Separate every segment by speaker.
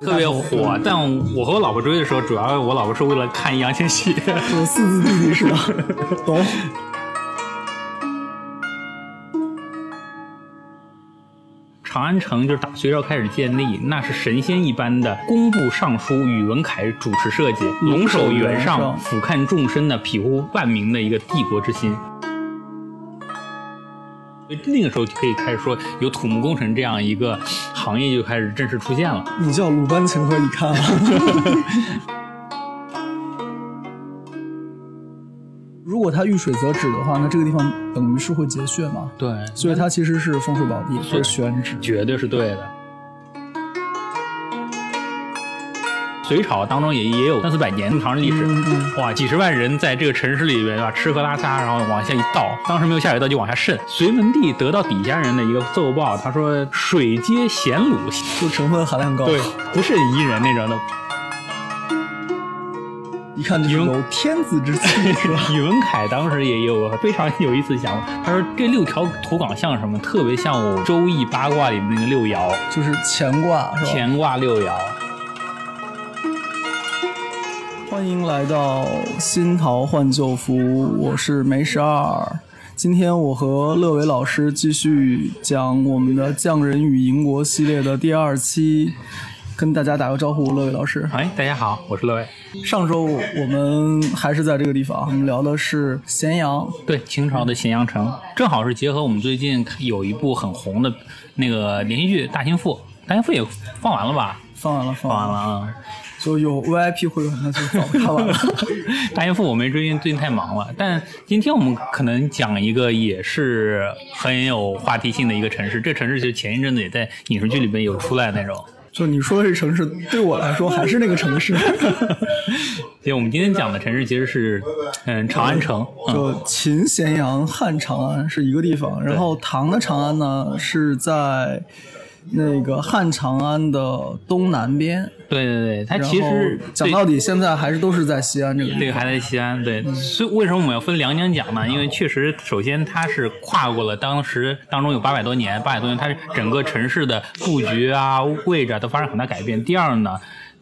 Speaker 1: 特别火，但我和我老婆追的时候，主要我老婆是为了看易烊千玺。
Speaker 2: 有四字弟弟是吧？ 懂。
Speaker 1: 长安城就是打隋朝开始建立，那是神仙一般的工部尚书宇文恺主持设计，龙首原上，俯瞰众生的庇护万民的一个帝国之心。那个时候就可以开始说，有土木工程这样一个行业就开始正式出现了。
Speaker 2: 你叫鲁班情何以堪啊？ 如果它遇水则止的话，那这个地方等于是会结穴嘛？
Speaker 1: 对，
Speaker 2: 所以它其实是风水宝地，是选址。
Speaker 1: 绝对是对的。隋朝当中也也有三四百年那么长的历史，
Speaker 2: 嗯嗯
Speaker 1: 哇，几十万人在这个城市里边啊，吃喝拉撒，然后往下一倒，当时没有下水道就往下渗。隋文帝得到底下人的一个奏报，他说水皆咸卤，
Speaker 2: 就成分含量高。
Speaker 1: 对，不是宜人那种的。
Speaker 2: 一看就是有天子之气，是吧？
Speaker 1: 宇文恺当时也有非常有意思的想法，他说这六条土岗像什么？特别像我《周易》八卦里面那个六爻，
Speaker 2: 就是乾卦，是吧？
Speaker 1: 乾卦六爻。
Speaker 2: 欢迎来到新桃换旧符，我是梅十二。今天我和乐伟老师继续讲我们的《匠人与银国》系列的第二期，跟大家打个招呼，乐伟老师。
Speaker 1: 哎，大家好，我是乐伟。
Speaker 2: 上周我们还是在这个地方，我们聊的是咸阳，
Speaker 1: 对，清朝的咸阳城，正好是结合我们最近有一部很红的那个连续剧《大兴赋》，《大兴赋》也放完了吧？
Speaker 2: 放完了，
Speaker 1: 放
Speaker 2: 放完
Speaker 1: 完
Speaker 2: 了，
Speaker 1: 了啊，
Speaker 2: 就有 VIP 会员他就早看 完了。
Speaker 1: 《大兴赋》我没追，因为最近太忙了。但今天我们可能讲一个也是很有话题性的一个城市，这城市就前一阵子也在影视剧里边有出来那种。
Speaker 2: 就你说这城市，对我来说还是那个城市，
Speaker 1: 所以我们今天讲的城市其实是，嗯，长安城。嗯，
Speaker 2: 就秦咸阳、汉长安是一个地方，然后唐的长安呢是在那个汉长安的东南边。
Speaker 1: 对对对，它
Speaker 2: 然后
Speaker 1: 其实
Speaker 2: 讲
Speaker 1: 对
Speaker 2: 到底，现在还是都是在西安这个地
Speaker 1: 这
Speaker 2: 方。
Speaker 1: 个还在西安，对，所以为什么我们要分两讲讲呢？因为确实，首先它是跨过了当时当中有八百多年，八百多年，它是整个城市的布局啊、位置啊都发生很大改变。第二呢，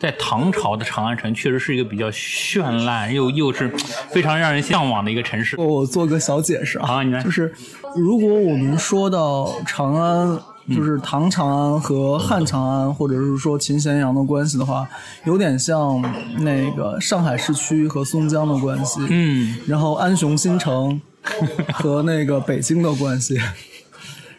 Speaker 1: 在唐朝的长安城确实是一个比较绚烂又又是非常让人向往的一个城市。
Speaker 2: 我做个小解释
Speaker 1: 好
Speaker 2: 啊，
Speaker 1: 你来
Speaker 2: 就是如果我们说到长安，
Speaker 1: 嗯
Speaker 2: 就是唐长安和汉长安，或者是说秦咸阳的关系的话，有点像那个上海市区和松江的关系，
Speaker 1: 嗯，
Speaker 2: 然后安雄 新城和那个北京的关系。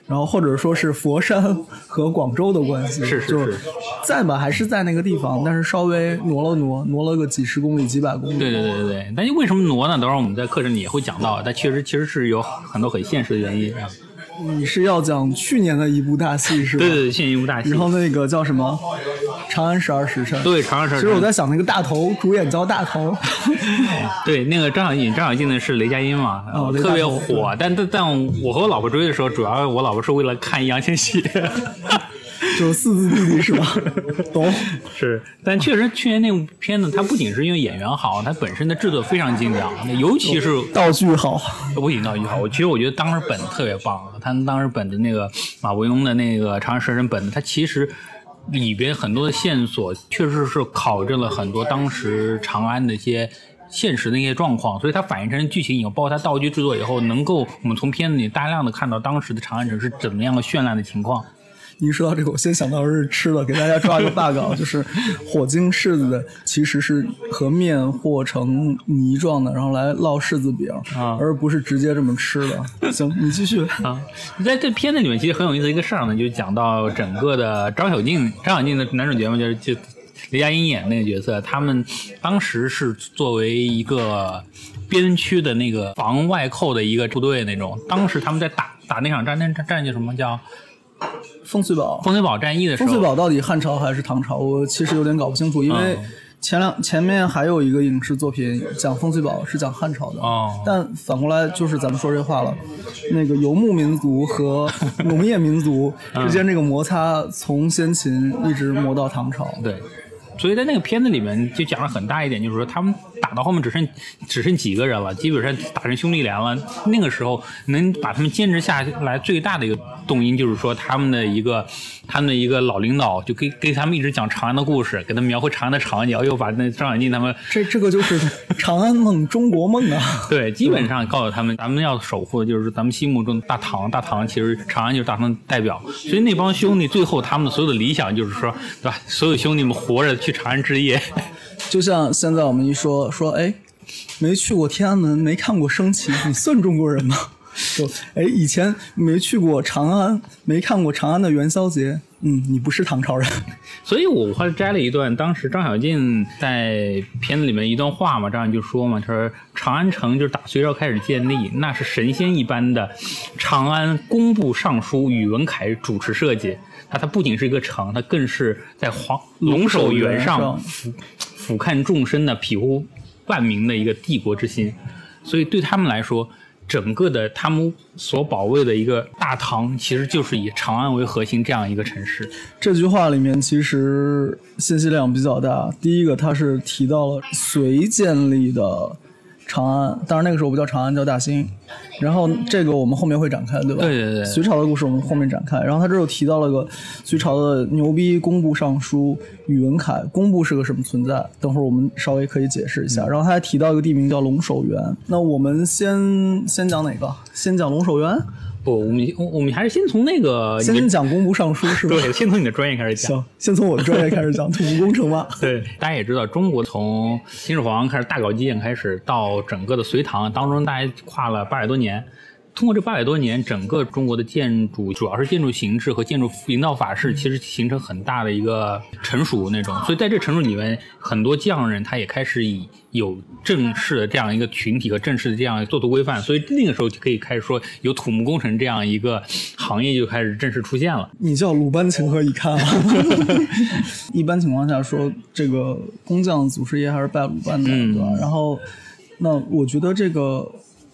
Speaker 2: 然后或者说是佛山和广州的关系，
Speaker 1: 是是
Speaker 2: 就是在吧，还是在那个地方，但是稍微挪了挪，挪了个几十公里、几百公里。
Speaker 1: 对对对对对。但是为什么挪呢？等会儿我们在课程里也会讲到，但确实其实是有很多很现实的原因。啊
Speaker 2: 你是要讲去年的一部大戏是吧？
Speaker 1: 对对对，现一部大戏
Speaker 2: 然。后那个叫什么《长安十二时辰》。，
Speaker 1: 对，长安城。
Speaker 2: 其实我在想那个大头主演叫大头，
Speaker 1: 对，那个张小静，张小静呢是雷佳音嘛，呃
Speaker 2: 哦雷佳
Speaker 1: 特
Speaker 2: 音
Speaker 1: 别火。但但但我和我老婆追的时候，主要我老婆是为了看易烊千玺。
Speaker 2: 就是四字弟弟是吧？懂。
Speaker 1: 是，但确实去年那部片子，它不仅是因为演员好，它本身的制作非常精良，尤其是
Speaker 2: 道具好，
Speaker 1: 不仅到一号，我其实我觉得当时本子特别棒，啊他们当时本的那个马伯庸的那个《长安十二时辰》本子，它其实里边很多的线索确实是考证了很多当时长安的一些。现实的一些状况，所以它反映成剧情以后，包括它道具制作以后，能够我们从片子里大量的看到当时的长安城是怎么样的绚烂的情况。
Speaker 2: 你一说到这个，我先想到是吃的，给大家抓一个 bug 啊，就是火晶柿子其实是和面和成泥状的，然后来烙柿子饼，
Speaker 1: 啊
Speaker 2: 而不是直接这么吃的。行，你继续。
Speaker 1: 啊，在这片子里面其实很有意思的一个事儿呢，就讲到整个的张小静，张小静的男主角嘛，就是就雷佳音演那个角色，他们当时是作为一个边区的那个防外寇的一个部队那种，当时他们在打打那场战战战叫什么叫
Speaker 2: 风翠宝，
Speaker 1: 烽翠堡战役的时
Speaker 2: 风
Speaker 1: 候，
Speaker 2: 翠宝到底汉朝还是唐朝？我其实有点搞不清楚，因为
Speaker 1: 嗯
Speaker 2: 前两前面还有一个影视作品讲风翠宝是讲汉朝的，
Speaker 1: 哦
Speaker 2: 但反过来就是咱们说这话了，那个游牧民族 和农
Speaker 1: 嗯
Speaker 2: 业民族之间这个摩擦，从先秦一直磨到唐朝。
Speaker 1: 对，所以在那个片子里面就讲了很大一点，就是说他们打到后面只剩只剩几个人了，基本上打成兄弟连了。那个时候能把他们坚持下来最大的一个动因，就是说他们的一个他们的一个老领导就给给他们一直讲长安的故事，给他们描绘长安的场景，又把那张远镜他们
Speaker 2: 这这个就是《长安梦》《中国梦》啊。
Speaker 1: 对，基本上告诉他们，咱们要守护的就是咱们心目中的大唐，大唐其实长安就是大唐的代表。所以那帮兄弟最后他们的所有的理想就是说，对吧？所有兄弟们活着去长安之夜，
Speaker 2: 就像现在我们一说说，哎，没去过天安门，没看过升旗，你算中国人吗？就哎，以前没去过长安，没看过长安的元宵节，嗯，你不是唐朝人。
Speaker 1: 所以我还摘了一段当时张小敬在片子里面一段话嘛，张小敬就说嘛，他说长安城就是打隋朝开始建立，那是神仙一般的长安工部尚书宇文恺主持设计，那它不仅是一个城，它更是在黄龙首原上
Speaker 2: 龙
Speaker 1: 俯俯瞰众生的庇护万民的一个帝国之心，所以对他们来说。整个的他们所保卫的一个大唐，其实就是以长安为核心这样一个城市。
Speaker 2: 这句话里面其实信息量比较大。第一个，它是提到了隋建立的长安，当然那个时候不叫长安，叫大兴。然后这个我们后面会展开，对吧？
Speaker 1: 对对对
Speaker 2: 隋朝的故事我们后面展开。然后他这又提到了个隋朝的牛逼工部尚书宇文恺，工部是个什么存在？等会儿我们稍微可以解释一
Speaker 1: 嗯
Speaker 2: 下。然后他还提到一个地名叫龙首原。那我们先先讲哪个？先讲龙首原，
Speaker 1: 不，我们我我们还是先从那个你
Speaker 2: 先
Speaker 1: 的
Speaker 2: 讲工部尚书是吧？
Speaker 1: 对，先从你的专业开始讲。
Speaker 2: 行，先从我的专业开始讲，土木工程吧。
Speaker 1: 对，大家也知道，中国从秦始皇开始大搞基建开始，到整个的隋唐当中，大概跨了八百多年。通过这八百多年，整个中国的建筑，主要是建筑形制和建筑营造法式，其实形成很大的一个成熟那种。所以在这成熟里面，很多匠人他也开始以有正式的这样一个群体和正式的这样做图规范，所以那个时候就可以开始说，有土木工程这样一个行业就开始正式出现了。
Speaker 2: 你叫鲁班情何以堪啊？ 一般情况下说，这个工匠祖师爷还是拜鲁班的，对吧？然后，那我觉得这个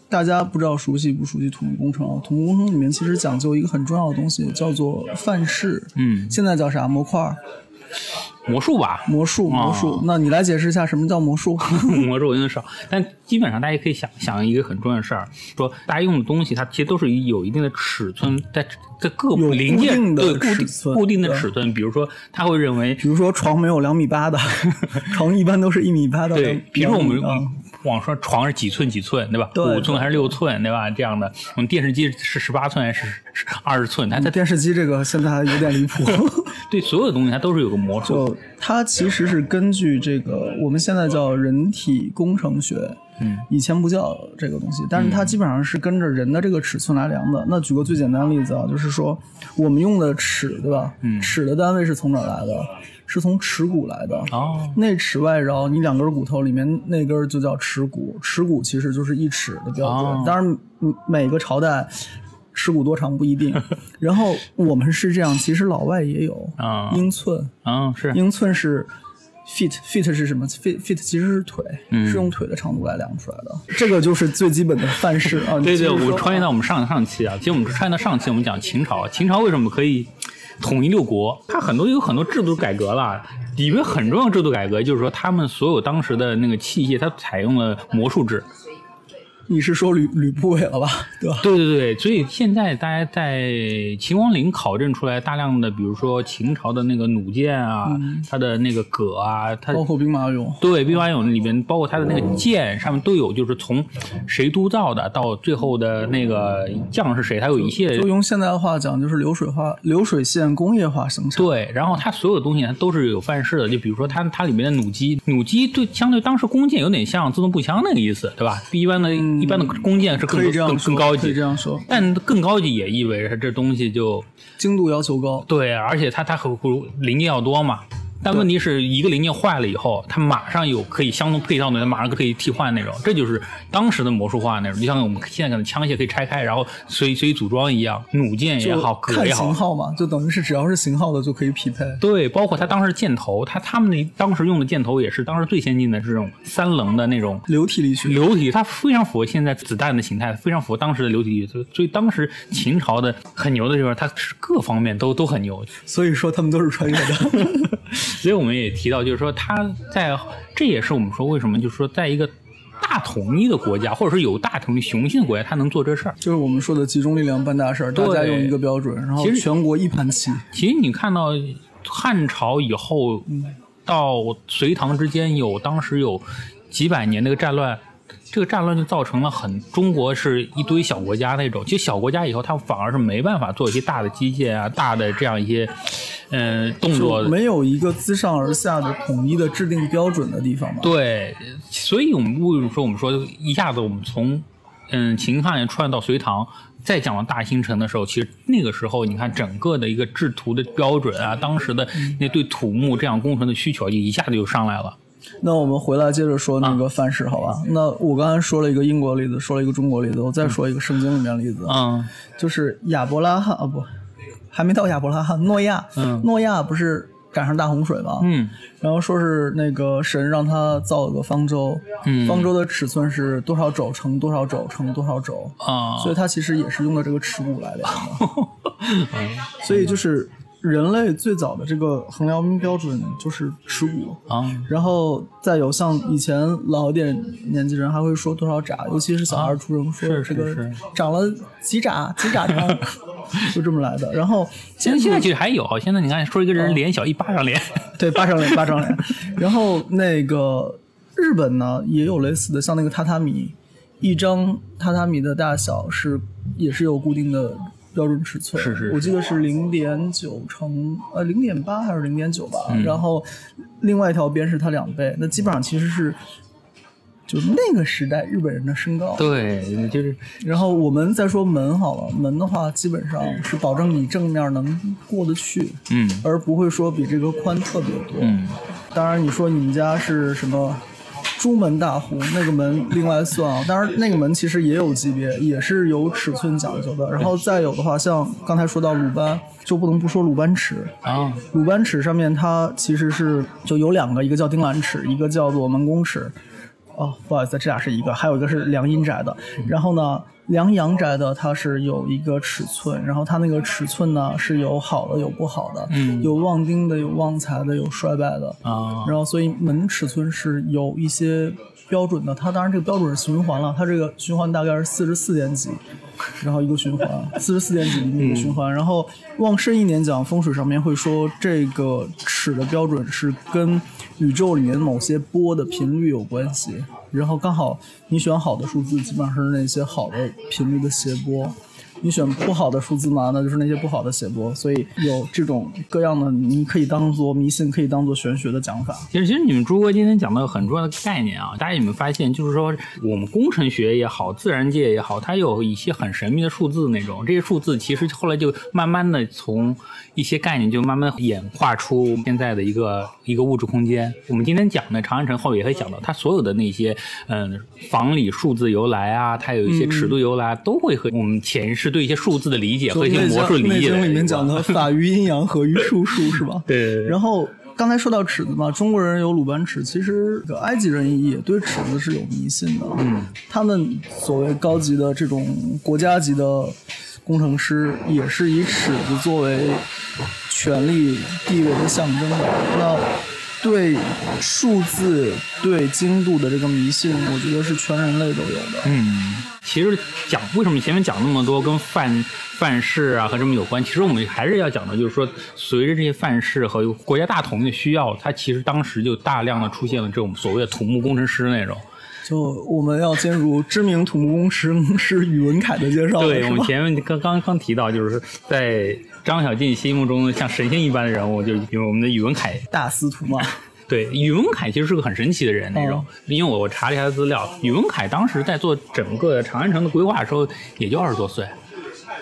Speaker 2: 大家不知道熟悉不熟悉土木工程啊？土木工程里面其实讲究一个很重要的东西，叫做范式。
Speaker 1: 嗯，
Speaker 2: 现在叫啥？模块儿、
Speaker 1: 魔术吧，
Speaker 2: 魔术、魔术。那你来解释一下什么叫魔术？
Speaker 1: 魔咒有点少，但基本上大家可以想想一个很重要的事儿，说大家用的东西，它其实都是有一定的尺寸，在在各
Speaker 2: 有
Speaker 1: 零
Speaker 2: 固定
Speaker 1: 件
Speaker 2: 的
Speaker 1: 都有固
Speaker 2: 尺
Speaker 1: 定
Speaker 2: 寸
Speaker 1: 固定的
Speaker 2: 对
Speaker 1: 尺寸，比如说他会认为
Speaker 2: 比如说床没有两米八的， 床一般都是一米八到两
Speaker 1: 对
Speaker 2: 米。，
Speaker 1: 比如说我们
Speaker 2: 啊
Speaker 1: 网上床是几寸几寸，对吧？
Speaker 2: 对
Speaker 1: 五寸还是六寸，对吧？这样的，我们电视机是十八寸还是二十寸？它它
Speaker 2: 电视机这个现在还有点离谱。
Speaker 1: 对所有的东西它都是有个魔术，
Speaker 2: 就它其实是根据这个我们现在叫人体工程学，
Speaker 1: 嗯，
Speaker 2: 以前不叫这个东西，但是它基本上是跟着人的这个尺寸来量的。那举个最简单的例子啊，就是说我们用的尺，对吧？
Speaker 1: 嗯
Speaker 2: 尺的单位是从哪儿来的？是从尺骨来的。
Speaker 1: 哦，
Speaker 2: 内尺外桡，你两根骨头里面那根儿就叫尺骨，尺骨其实就是一尺的标准。
Speaker 1: 哦
Speaker 2: 当然，嗯每个朝代尺骨多长不 一定。然后我们是这样，其实老外也有
Speaker 1: 啊
Speaker 2: 英寸，
Speaker 1: 嗯，是，
Speaker 2: 英寸是 feet feet 是什么？feet feet 其实是腿，
Speaker 1: 嗯
Speaker 2: 是用腿的长度来量出来的。这个就是最基本的范式啊。你
Speaker 1: 对对，
Speaker 2: 就是
Speaker 1: 我
Speaker 2: 说
Speaker 1: 们穿越到我们上上期啊，其实我们穿越到上期，我们讲秦朝，秦朝为什么可以统一六国？它很多有很多制度改革了，里面很重要的制度改革就是说，他们所有当时的那个器械，它采用了魔术制。
Speaker 2: 你是说吕吕不韦了吧？对吧？
Speaker 1: 对对对，所以现在大家在秦王陵考证出来大量的，比如说秦朝的那个弩箭啊，
Speaker 2: 嗯
Speaker 1: 它的那个戈啊，它
Speaker 2: 包括兵马俑，
Speaker 1: 对，兵马俑里面包括它的那个剑上面都有，就是从谁督造的到最后的那个将是谁，它有一系列
Speaker 2: 就用现在的话讲，就是流水化、流水线工业化生产。
Speaker 1: 对，然后它所有东西它都是有范式的，就比如说它它里面的弩机，弩机对相对当时弓箭有点像自动步枪那个意思，对吧？比一般的、一般的弓箭是更
Speaker 2: 嗯可以这样
Speaker 1: 更
Speaker 2: 说，
Speaker 1: 更高
Speaker 2: 可以这
Speaker 1: 级，
Speaker 2: 样说，
Speaker 1: 但更高级也意味着这东西就
Speaker 2: 精度要求高。
Speaker 1: 对，啊而且它它和零件要多嘛。但问题是一个零件坏了以后，它马上有可以相同配套的，它马上可以替换那种，这就是当时的魔术化那种，就像我们现在可能枪械可以拆开，然后随随意组装一样，弩箭也
Speaker 2: 就
Speaker 1: 哎好，啊戈
Speaker 2: 看
Speaker 1: 也好
Speaker 2: 型，号嘛，就等于是只要是型号的就可以匹配。
Speaker 1: 对，包括他当时箭头，他他们的当时用的箭头也是当时最先进的这种三棱的那种
Speaker 2: 流体力学，
Speaker 1: 流体，它非常符合现在子弹的形态，非常符合当时的流体力学。所以当时秦朝的很牛的地方，它是各方面都都很牛。
Speaker 2: 所以说他们都是穿越的。
Speaker 1: 所以我们也提到，就是说他在这也是我们说为什么，就是说在一个大统一的国家，或者是有大统一雄心的国家，他能做这事儿。
Speaker 2: 就是我们说的集中力量办大事儿，大家用一个标准，然后
Speaker 1: 其实
Speaker 2: 全国一盘棋。
Speaker 1: 其实你看到汉朝以后到隋唐之间有当时有几百年那个战乱，这个战乱就造成了很中国是一堆小国家那种。其实小国家以后，他反而是没办法做一些大的基建啊、大的这样一些嗯、呃动作
Speaker 2: 就。没有一个自上而下的统一的制定标准的地方嘛？
Speaker 1: 对，所以我们为什么说我们说一下子我们从嗯秦汉串到隋唐，再讲到大兴城的时候，其实那个时候你看整个的一个制图的标准啊，当时的那对土木这样工程的需求就一下子就上来了。
Speaker 2: 那我们回来接着说
Speaker 1: 啊
Speaker 2: 那个范式，好吧？那我刚才说了一个英国例子，说了一个中国例子，我再说一个圣经里面的例子，
Speaker 1: 嗯
Speaker 2: 就是亚伯拉罕啊，不，还没到亚伯拉罕，诺亚，
Speaker 1: 嗯
Speaker 2: 诺亚不是赶上大洪水吗？
Speaker 1: 嗯
Speaker 2: 然后说是那个神让他造了个方舟，
Speaker 1: 嗯
Speaker 2: 方舟的尺寸是多少肘乘多少肘乘多少肘，
Speaker 1: 啊，
Speaker 2: 所以它其实也是用的这个尺骨来 量的。啊所以就是人类最早的这个衡量标准就是尺骨，
Speaker 1: 啊
Speaker 2: 然后再有像以前老一点年纪人还会说多少眨，尤其是小孩出生说
Speaker 1: 啊是
Speaker 2: 这个
Speaker 1: 是是
Speaker 2: 长了几眨几 眨长，就这么来的。然后
Speaker 1: 其实现在其实还有，啊现在你看说一个人脸小一巴掌脸，
Speaker 2: 对，八张脸，八张脸。然后那个日本呢，也有类似的，像那个榻榻米，一张榻榻米的大小是也是有固定的标准尺寸，
Speaker 1: 是是
Speaker 2: 我记得是零点九乘呃零点八还是零点九吧。
Speaker 1: 嗯
Speaker 2: 然后另外一条边是它两倍，那基本上其实是。就是那个时代日本人的身高，
Speaker 1: 对，就是
Speaker 2: 然后我们再说门好了，门的话基本上是保证你正面能过得去，
Speaker 1: 嗯
Speaker 2: 而不会说比这个宽特别多。
Speaker 1: 嗯
Speaker 2: 当然，你说你们家是什么朱门大户，那个门另外算啊。当然，那个门其实也有级别，也是有尺寸讲究的。然后再有的话，像刚才说到鲁班，就不能不说鲁班尺。
Speaker 1: 啊
Speaker 2: 鲁班尺上面它其实是就有两个，一个叫丁兰尺，一个叫做门宫尺。哦，不好意思，这俩是一个，还有一个是梁阴宅的。然后呢，梁阳宅的它是有一个尺寸，然后它那个尺寸呢是有好的有不好的，
Speaker 1: 嗯
Speaker 2: 有旺丁的，有旺财的，有衰败的。
Speaker 1: 啊
Speaker 2: 然后所以门尺寸是有一些标准的，它当然这个标准是循环了，它这个循环大概是四十四点几，然后一个循环，四十四点几厘米一个循环。然后往深一点讲，风水上面会说这个尺的标准是跟宇宙里面某些波的频率有关系，然后刚好你选好的数字，基本上是那些好的频率的谐波。你选不好的数字嘛，那就是那些不好的谐波，所以有这种各样的，你可以当做迷信，可以当做玄学的讲法。
Speaker 1: 其实，其实你们朱哥今天讲到很重要的概念啊，大家有没有发现，就是说我们工程学也好，自然界也好，它有一些很神秘的数字那种，这些数字其实后来就慢慢的从一些概念就慢慢演化出现在的一个一个物质空间。我们今天讲的长安城后也会讲到，它所有的那些嗯房里数字由来啊，它有一些尺度由来啊，都会和我们潜意识对一些数字的理解和一些魔术理
Speaker 2: 内
Speaker 1: 解的
Speaker 2: 经里面
Speaker 1: 有
Speaker 2: 讲
Speaker 1: 关
Speaker 2: 的法于阴阳，合于术数是吧？
Speaker 1: 对对对
Speaker 2: 然后刚才说到尺子嘛，中国人有鲁班尺，其实这个埃及人也对尺子是有迷信的。嗯，他们所谓高级的这种国家级的工程师，也是以尺子作为权力地位的象征的。那对数字、对精度的这个迷信，我觉得是全人类都有的。
Speaker 1: 嗯，其实讲为什么前面讲那么多跟范范式啊和这么有关，其实我们还是要讲的，就是说随着这些范式和国家大统一的需要，它其实当时就大量的出现了这种所谓的土木工程师那种。
Speaker 2: 就我们要进入知名土木工程师 宇文恺的介绍了，
Speaker 1: 对，
Speaker 2: 哦是
Speaker 1: 我们
Speaker 2: 吧？
Speaker 1: 前面刚刚刚提到，就是在张小敬心目中像神仙一般的人物，就是我们的宇文恺
Speaker 2: 大司徒嘛，
Speaker 1: 对，宇文恺其实是个很神奇的人，那种，因为我我查了一下资料，宇文恺当时在做整个长安城的规划的时候，也就二十多岁，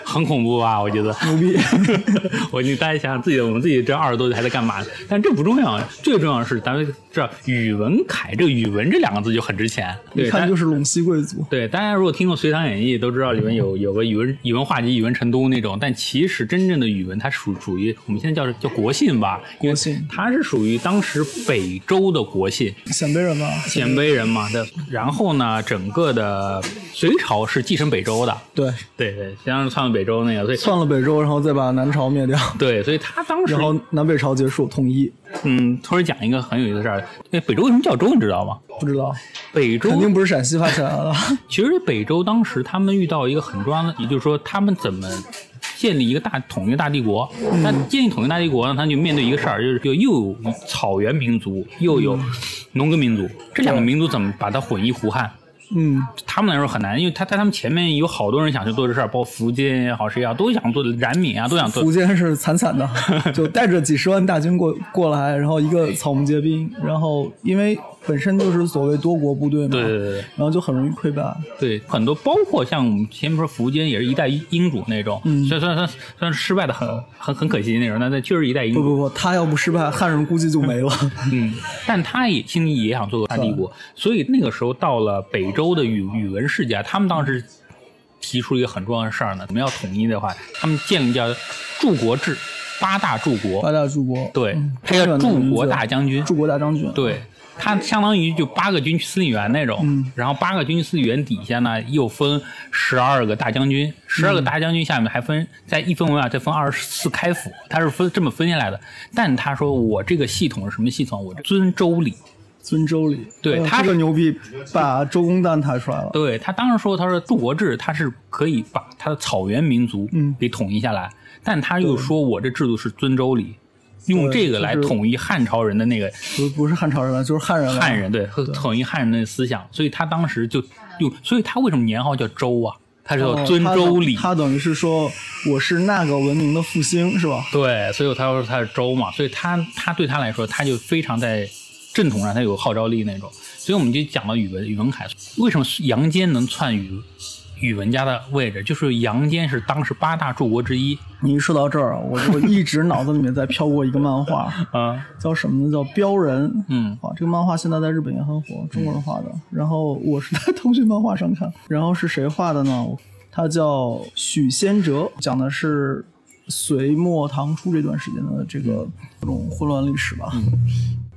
Speaker 1: 很恐怖吧？我觉得牛逼。 我你大家想想自己，我们自己这二十多岁还在干嘛？但这不重要，最重要的是咱们知道宇文恺这个宇文这两个字就很值钱，
Speaker 2: 一
Speaker 1: 对，。
Speaker 2: 看就是是陇西贵族。
Speaker 1: 对，大家如果听过《隋唐演义》，都知道里面 有有个宇文宇文化及宇文成都那种，但其实真正的宇文，它属属于我们现在叫叫国信吧，因为
Speaker 2: 国信
Speaker 1: 它是属于当时北周的国信，
Speaker 2: 鲜卑人嘛，
Speaker 1: 鲜卑人嘛的。然后呢，整个的隋朝是继承北周的，
Speaker 2: 对，
Speaker 1: 对对，实际上算了北周那个，所以
Speaker 2: 篡了北周，然后再把南朝灭掉，
Speaker 1: 对，所以他当时
Speaker 2: 然后南北朝结束统一。
Speaker 1: 嗯，突然讲一个很有意思的事儿，那北周为什么叫周，你知道吗？
Speaker 2: 不知道，
Speaker 1: 北周
Speaker 2: 肯定不是陕西发起来的。
Speaker 1: 其实北周当时他们遇到一个很重要的，也就是说他们怎么建立一个大统一大帝国。那建立统一大帝国呢，他就面对一个事儿，就是就又有草原民族，又有农耕民族，这两个民族怎么把它混一胡汉？
Speaker 2: 嗯，
Speaker 1: 他们来说很难，因为他在他们前面有好多人想去做这事儿，包括福建也好，谁也好，都想做冉闵啊，都想做
Speaker 2: 福。建是惨 惨的，就带着几十万大军过过来，然后一个草木皆兵，然后因为本身就是所谓多国部队嘛，
Speaker 1: 对对对
Speaker 2: 然后就很容易溃败。
Speaker 1: 对，很多包括像我们前面说福建也是一代英主那种，
Speaker 2: 嗯
Speaker 1: 虽然虽然虽然虽然失败的很很很可惜那种，但但确实一代英主。
Speaker 2: 不不不，他要不失败，汉人估计就没了。
Speaker 1: 嗯，但他也心里也想做个大帝国，所以那个时候到了北周的宇宇文世家，他们当时提出一个很重要的事儿呢，我们要统一的话，他们建立叫柱国制，八大柱国，
Speaker 2: 八大柱国，
Speaker 1: 对
Speaker 2: 嗯，
Speaker 1: 他叫柱国大将军，
Speaker 2: 柱国大将军，
Speaker 1: 对。他相当于就八个军区司令员那种，
Speaker 2: 嗯
Speaker 1: 然后八个军区司令员底下呢又分十二个大将军，十
Speaker 2: 嗯
Speaker 1: 二个大将军下面还分在一分为二，再分二十四开府，他是分这么分下来的。但他说我这个系统是什么系统？我遵周礼，
Speaker 2: 尊周礼，
Speaker 1: 对
Speaker 2: 哎呦
Speaker 1: 他是
Speaker 2: 这个牛逼，把周公旦抬出来了。
Speaker 1: 对他当时说，他说柱国制他是可以把他的草原民族
Speaker 2: 嗯
Speaker 1: 给统一下来，但他又说我这制度是遵周礼，用这个来
Speaker 2: 就是
Speaker 1: 统一汉朝人的那个
Speaker 2: 不不是汉朝人了，就是汉人了。
Speaker 1: 汉人对，和统一汉人的思想，所以他当时就用，所以他为什么年号叫周啊？他是
Speaker 2: 哦
Speaker 1: 要遵
Speaker 2: 他
Speaker 1: 周
Speaker 2: 等
Speaker 1: 礼，
Speaker 2: 他等于是说我是那个文明的复兴，是吧？
Speaker 1: 对，所以他说他是周嘛，所以他他对他来说，他就非常在正统上他有号召力那种。所以我们就讲到宇文宇文恺，为什么杨坚能篡宇宇文家的位置？就是杨坚是当时八大柱国之一
Speaker 2: 你一说到这儿，啊我我一直脑子里面在飘过一个漫画，
Speaker 1: 啊，
Speaker 2: 叫什么呢？叫《标人》。
Speaker 1: 嗯
Speaker 2: 啊，这个漫画现在在日本也很火，中国人画的。然后我是在腾讯漫画上看，然后是谁画的呢？他叫许仙哲，讲的是隋末唐初这段时间的这个这种混乱历史吧。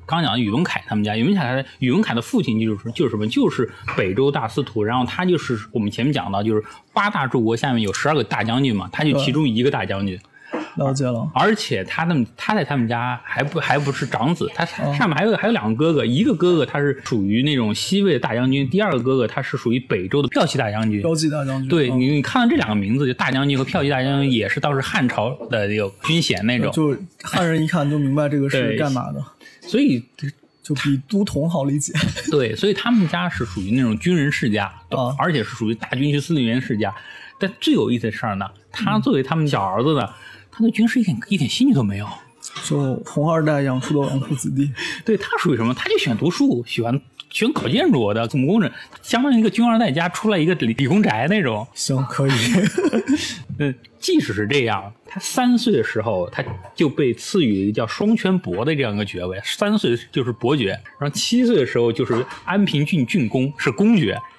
Speaker 1: 刚讲的宇文恺他们家，宇文恺他宇文恺的父亲就是就是什么，就是北周大司徒，然后他就是我们前面讲到，就是八大柱国下面有十二个大将军嘛，他就其中一个大将军，
Speaker 2: 了解了，
Speaker 1: 而且他们他在他们家还不还不是长子，他上面还有、还有两个哥哥，一个哥哥他是属于那种西魏的大将军，第二个哥哥他是属于北周的骠骑大将军。
Speaker 2: 标记大将军。
Speaker 1: 对
Speaker 2: 嗯
Speaker 1: 你，你看到这两个名字，就大将军和骠骑大将军，也是当时汉朝的这个军衔那种，
Speaker 2: 就汉人一看就明白这个是
Speaker 1: 对
Speaker 2: 干嘛的，
Speaker 1: 所以
Speaker 2: 就比都统好理解。
Speaker 1: 对，所以他们家是属于那种军人世家，
Speaker 2: 啊
Speaker 1: 而且是属于大军区司令员世家。但最有意思的事儿呢，他作为他们小儿子呢，他对军事一点一点兴趣都没有。
Speaker 2: 就红二代养出的纨绔子弟，
Speaker 1: 对他属于什么？他就喜欢读书，喜欢喜欢搞建筑的木工人，相当于一个军二代家出来一个理理工宅那种。
Speaker 2: 行可以。
Speaker 1: 嗯，即使是这样，他三岁的时候他就被赐予一个叫双全伯的这样一个爵位，三岁就是伯爵，然后七岁的时候就是安平郡郡公，是公爵。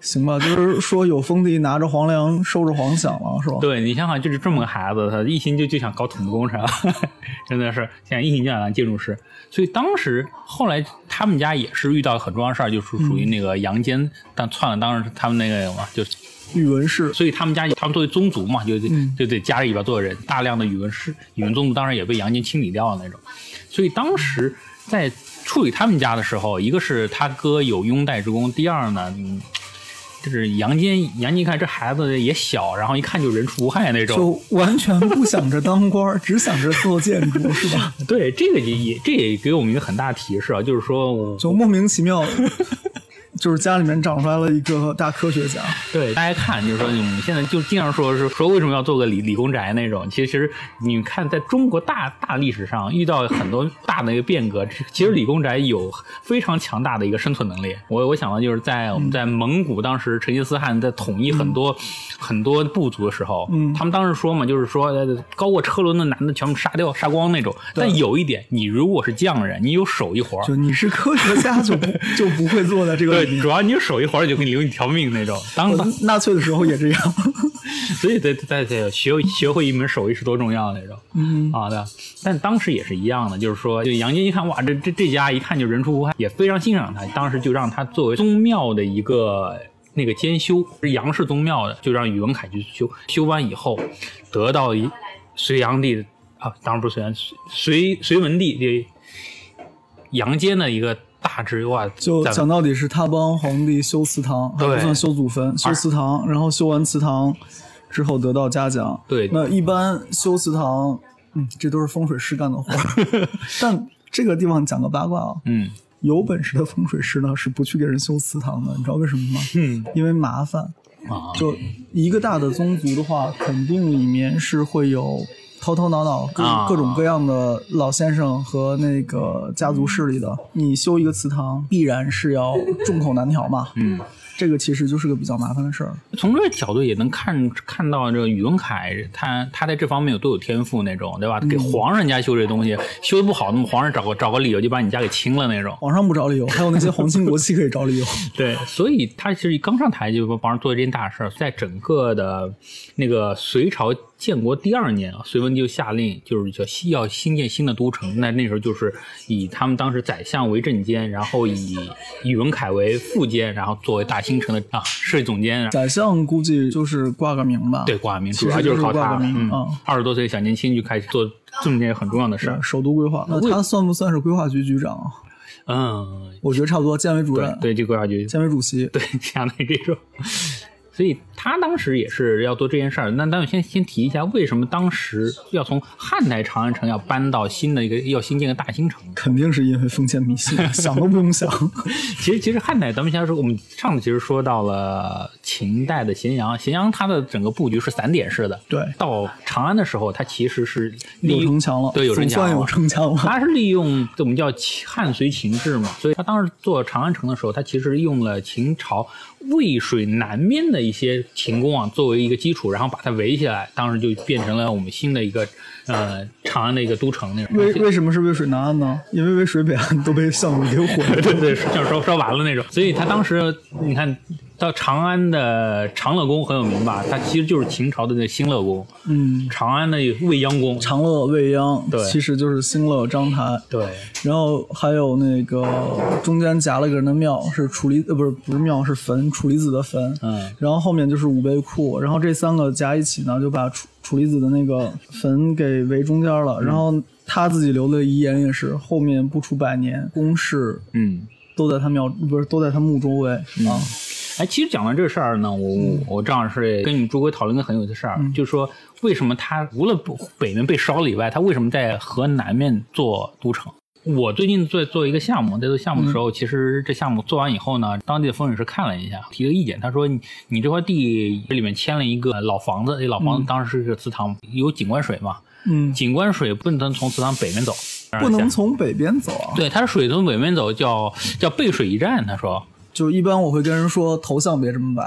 Speaker 2: 行吧，就是说有封地拿着皇粮收着皇饷了，是吧？
Speaker 1: 对你想想，就是这么个孩子，他一心就就想搞土木工程， 真的是想一心就想当建筑师。所以当时后来他们家也是遇到很重要的事儿，就是属于那个杨坚，但篡了当时他们那个嘛，就是
Speaker 2: 宇文氏
Speaker 1: 所以他们家他们作为宗族嘛，就得、
Speaker 2: 嗯
Speaker 1: 就得家里边做人，大量的宇文氏宇文宗族当然也被杨坚清理掉了那种。所以当时在处理他们家的时候，一个是他哥有拥戴之功，第二呢，嗯，就是杨坚杨坚一看这孩子也小，然后一看就人畜无害那种，
Speaker 2: 就完全不想着当官 儿，只想着做建筑，是吧？
Speaker 1: 对，这个也也这也给我们一个很大的提示啊，就是说我，
Speaker 2: 就莫名其妙，就是家里面长出来了一个大科学家。
Speaker 1: 对大家看，就是说我们现在就经常说是说为什么要做个理理工宅那种，其实你看在中国大大历史上遇到很多大的一个变革，其实理工宅有非常强大的一个生存能力。我我想到就是在我们在蒙古当时成吉思汗在统一很多、很多部族的时候，
Speaker 2: 嗯
Speaker 1: 他们当时说嘛，就是说呃高过车轮的男的全部杀掉杀光那种。但有一点，你如果是匠人，你有手艺活儿
Speaker 2: 就你是科学 家，就不就不会做在这个里
Speaker 1: 对，
Speaker 2: 面。
Speaker 1: 主要你手一会儿就给你留一条命那种。当
Speaker 2: 我纳粹的时候也这样。
Speaker 1: 所以得得得学学会一门手艺是多重要那种。
Speaker 2: 嗯，
Speaker 1: 啊的，但当时也是一样的，就是说，就杨坚一看，哇，这这这家一看就人畜无害，也非常欣赏他，当时就让他作为宗庙的一个。那个监修，是杨氏宗庙的，就让宇文恺去修。修完以后，得到一隋炀帝啊，当然不是隋炀帝，隋隋文帝这杨坚的一个大志优啊，
Speaker 2: 就
Speaker 1: 在
Speaker 2: 讲到底是他帮皇帝修祠堂，还
Speaker 1: 对
Speaker 2: 不算修祖坟，修祠堂，然后修完祠堂之后得到嘉奖。
Speaker 1: 对
Speaker 2: 那一般修祠堂，嗯，这都是风水师干的活 儿。但这个地方讲个八卦啊，
Speaker 1: 嗯
Speaker 2: 有本事的风水师呢是不去给人修祠堂的，你知道为什么吗？
Speaker 1: 嗯
Speaker 2: 因为麻烦。
Speaker 1: 啊，
Speaker 2: 就一个大的宗族的话，肯定里面是会有头头脑脑各、
Speaker 1: 啊
Speaker 2: 各种各样的老先生和那个家族势力的。你修一个祠堂，必然是要众口难调嘛。
Speaker 1: 嗯。
Speaker 2: 这个其实就是个比较麻烦的事儿。
Speaker 1: 从这个角度也能看看到，这个宇文恺他他在这方面有多有天赋那种，对吧？给皇上家修这东西，修的不好，那么皇上找个找个理由就把你家给清了那种。
Speaker 2: 皇上不找理由，还有那些皇亲国戚可以找理由。
Speaker 1: 对，所以他其实刚上台就帮人做这件大事儿，在整个的那个隋朝建国第二年啊，隋文帝就下令，就是叫西要兴建新的都城。那那时候就是以他们当时宰相为镇监，然后以宇文恺为副监，然后作为大兴城的啊设计总监。然后
Speaker 2: 宰相估计就是挂个名吧。
Speaker 1: 对，挂名
Speaker 2: 其
Speaker 1: 主
Speaker 2: 实
Speaker 1: 要
Speaker 2: 就是
Speaker 1: 靠
Speaker 2: 挂
Speaker 1: 他
Speaker 2: 个
Speaker 1: 了。
Speaker 2: 名
Speaker 1: 嗯
Speaker 2: 嗯，
Speaker 1: 二十多岁小年轻就开始做这么件很重要的事
Speaker 2: 是
Speaker 1: 儿。
Speaker 2: 首都规划，那他算不算是规划局局长啊？
Speaker 1: 嗯，
Speaker 2: 我觉得差不多，监委主
Speaker 1: 对
Speaker 2: 任、
Speaker 1: 嗯对，这个要局
Speaker 2: 监委主席。
Speaker 1: 对， 相当于这种。所以他当时也是要做这件事儿。那咱们先先提一下，为什么当时要从汉代长安城要搬到新的一个要新建一个大兴城？
Speaker 2: 肯定是因为封建迷信，想都不用想。
Speaker 1: 其实其实汉代，咱们先说，我们上次其实说到了秦代的咸阳，咸阳它的整个布局是散点式的。
Speaker 2: 对，
Speaker 1: 到长安的时候，它其实是利
Speaker 2: 有
Speaker 1: 用
Speaker 2: 城墙了，
Speaker 1: 对，有城
Speaker 2: 总
Speaker 1: 墙
Speaker 2: 算
Speaker 1: 了
Speaker 2: 有城墙了。
Speaker 1: 他是利用我们叫汉隋秦制嘛，所以他当时做长安城的时候，他其实用了秦朝渭水南面的一些秦宫啊作为一个基础，然后把它围起来，当时就变成了我们新的一个呃长安的一个都城那种。
Speaker 2: 为为什么是渭水南岸呢？因为渭水北岸都被项羽给毁 了。
Speaker 1: 对对，像烧烧完了那种。所以他当时你看到长安的长乐宫很有名吧？它其实就是秦朝的那个兴乐宫，
Speaker 2: 嗯，
Speaker 1: 长安的未央宫。
Speaker 2: 长乐、未央，
Speaker 1: 对
Speaker 2: 其实就是兴乐、章台，
Speaker 1: 对，
Speaker 2: 然后还有那个中间夹了一个人的庙，是楚离呃不是不是庙是坟，楚离子的坟。
Speaker 1: 嗯，
Speaker 2: 然后后面就是武备库，然后这三个加一起呢，就把楚楚离子的那个坟给围中间了。然后他自己留的遗言也是，后面不出百年，宫室
Speaker 1: 嗯。
Speaker 2: 都在他庙，不是都在他墓周围、啊。
Speaker 1: 哎，其实讲完这事儿呢，我
Speaker 2: 嗯
Speaker 1: 我我正好是跟你们朱哥讨论个很有意思的事儿，就是说为什么他除了不北面被烧了以外，他为什么在河南面做都城？我最近在做一个项目，在做项目的时
Speaker 2: 嗯
Speaker 1: 候，其实这项目做完以后呢，当地的风水师看了一下，提了意见，他说你你这块地里面迁了一个老房子，这老房子当时是个祠堂，有景观水嘛，
Speaker 2: 嗯，
Speaker 1: 景观水不能从祠堂北面走，
Speaker 2: 不能从北边走 啊。
Speaker 1: 对，他说水从北面走叫叫背水一战，他说。
Speaker 2: 就是一般我会跟人说头像别这么 摆，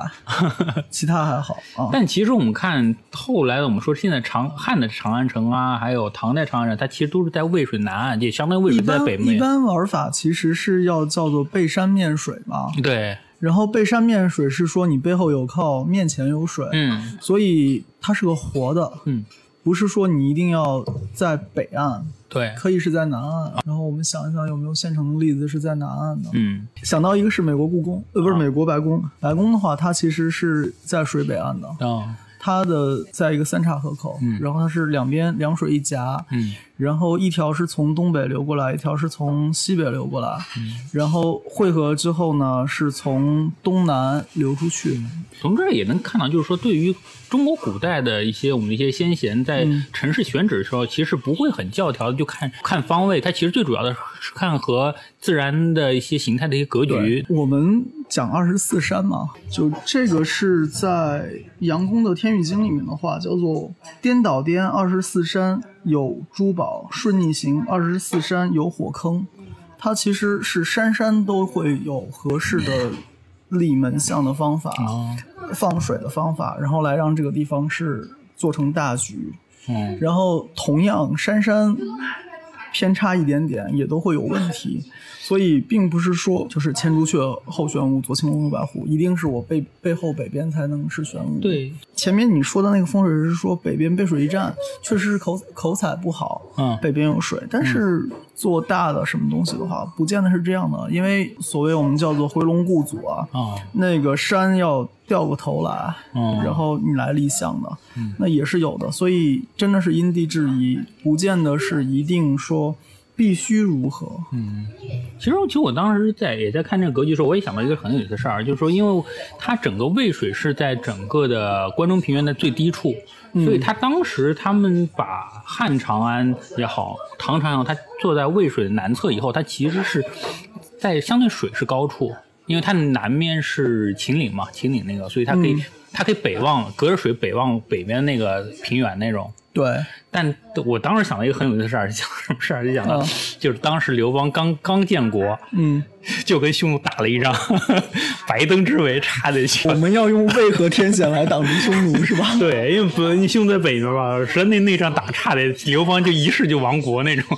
Speaker 2: 其他还好啊。
Speaker 1: 但其实我们看后来，我们说现在长汉的长安城啊，还有唐代长安城，它其实都是在渭水南岸，也相当于渭
Speaker 2: 一
Speaker 1: 水在
Speaker 2: 般
Speaker 1: 北
Speaker 2: 一
Speaker 1: 面。
Speaker 2: 般玩法其实是要叫做背山面水嘛，
Speaker 1: 对，
Speaker 2: 然后背山面水是说你背后有靠，面前有水，
Speaker 1: 嗯
Speaker 2: 所以它是个活的，
Speaker 1: 嗯，
Speaker 2: 不是说你一定要在北岸，
Speaker 1: 对，
Speaker 2: 可以是在南岸。然后我们想一想有没有现成的例子是在南岸的。
Speaker 1: 嗯
Speaker 2: 想到一个是美国故宫，呃，不是
Speaker 1: 啊
Speaker 2: 美国白宫，白宫的话它其实是在水北岸的，
Speaker 1: 哦
Speaker 2: 它的在一个三岔河口，
Speaker 1: 嗯
Speaker 2: 然后它是两边两水一夹，
Speaker 1: 嗯
Speaker 2: 然后一条是从东北流过来，一条是从西北流过来，
Speaker 1: 嗯
Speaker 2: 然后汇合之后呢，是从东南流出去。
Speaker 1: 嗯从这儿也能看到，就是说对于中国古代的一些我们一些先贤在
Speaker 2: 嗯
Speaker 1: 城市选址的时候，其实不会很教条的就看看方位，它其实最主要的是看和自然的一些形态的一些格局。
Speaker 2: 我们讲二十四山嘛，就这个是在杨公的《天域经》里面的话，叫做“颠倒颠二十四山有珠宝，顺逆行二十四山有火坑”，它其实是山山都会有合适的立门向的方法。
Speaker 1: 哦，
Speaker 2: 放水的方法，然后来让这个地方是做成大局。
Speaker 1: 嗯
Speaker 2: 然后同样，杉杉偏差一点点，也都会有问题。所以并不是说就是前朱雀后玄武，左青龙右白虎，一定是我背背后北边才能是玄武。，
Speaker 1: 对，
Speaker 2: 前面你说的那个风水是说北边背水一战，确实是口口彩不好，
Speaker 1: 嗯
Speaker 2: 北边有水，但是做大的什么东西的话，不见得是这样的，因为所谓我们叫做回龙固祖啊，
Speaker 1: 啊，
Speaker 2: 那个山要掉过头来，
Speaker 1: 嗯
Speaker 2: 然后你来立项的，那也是有的。所以真的是因地制宜，不见得是一定说必须如何。
Speaker 1: 嗯其实，其实我当时在也在看这个格局的时候，我也想到一个很有意思的事儿，就是说，因为它整个渭水是在整个的关中平原的最低处，所以它当时他们把汉长安也好，唐长安也好，它坐在渭水的南侧以后，它其实是在相对水是高处，因为它南面是秦岭嘛，秦岭那个，所以它可以、它可以北望，隔着水北望北边那个平原那种。
Speaker 2: 对，
Speaker 1: 但我当时想了一个很有意思的事儿， 想什么事儿就想到，
Speaker 2: 嗯
Speaker 1: 就是当时刘邦刚刚建国，
Speaker 2: 嗯，
Speaker 1: 就跟匈奴打了一仗， 白登之围差点去
Speaker 2: 我。们要用渭河天险来挡住匈奴，是吧？
Speaker 1: 对，因为本匈奴在北边吧，实在那那仗打差点，刘邦就一世就亡国那种。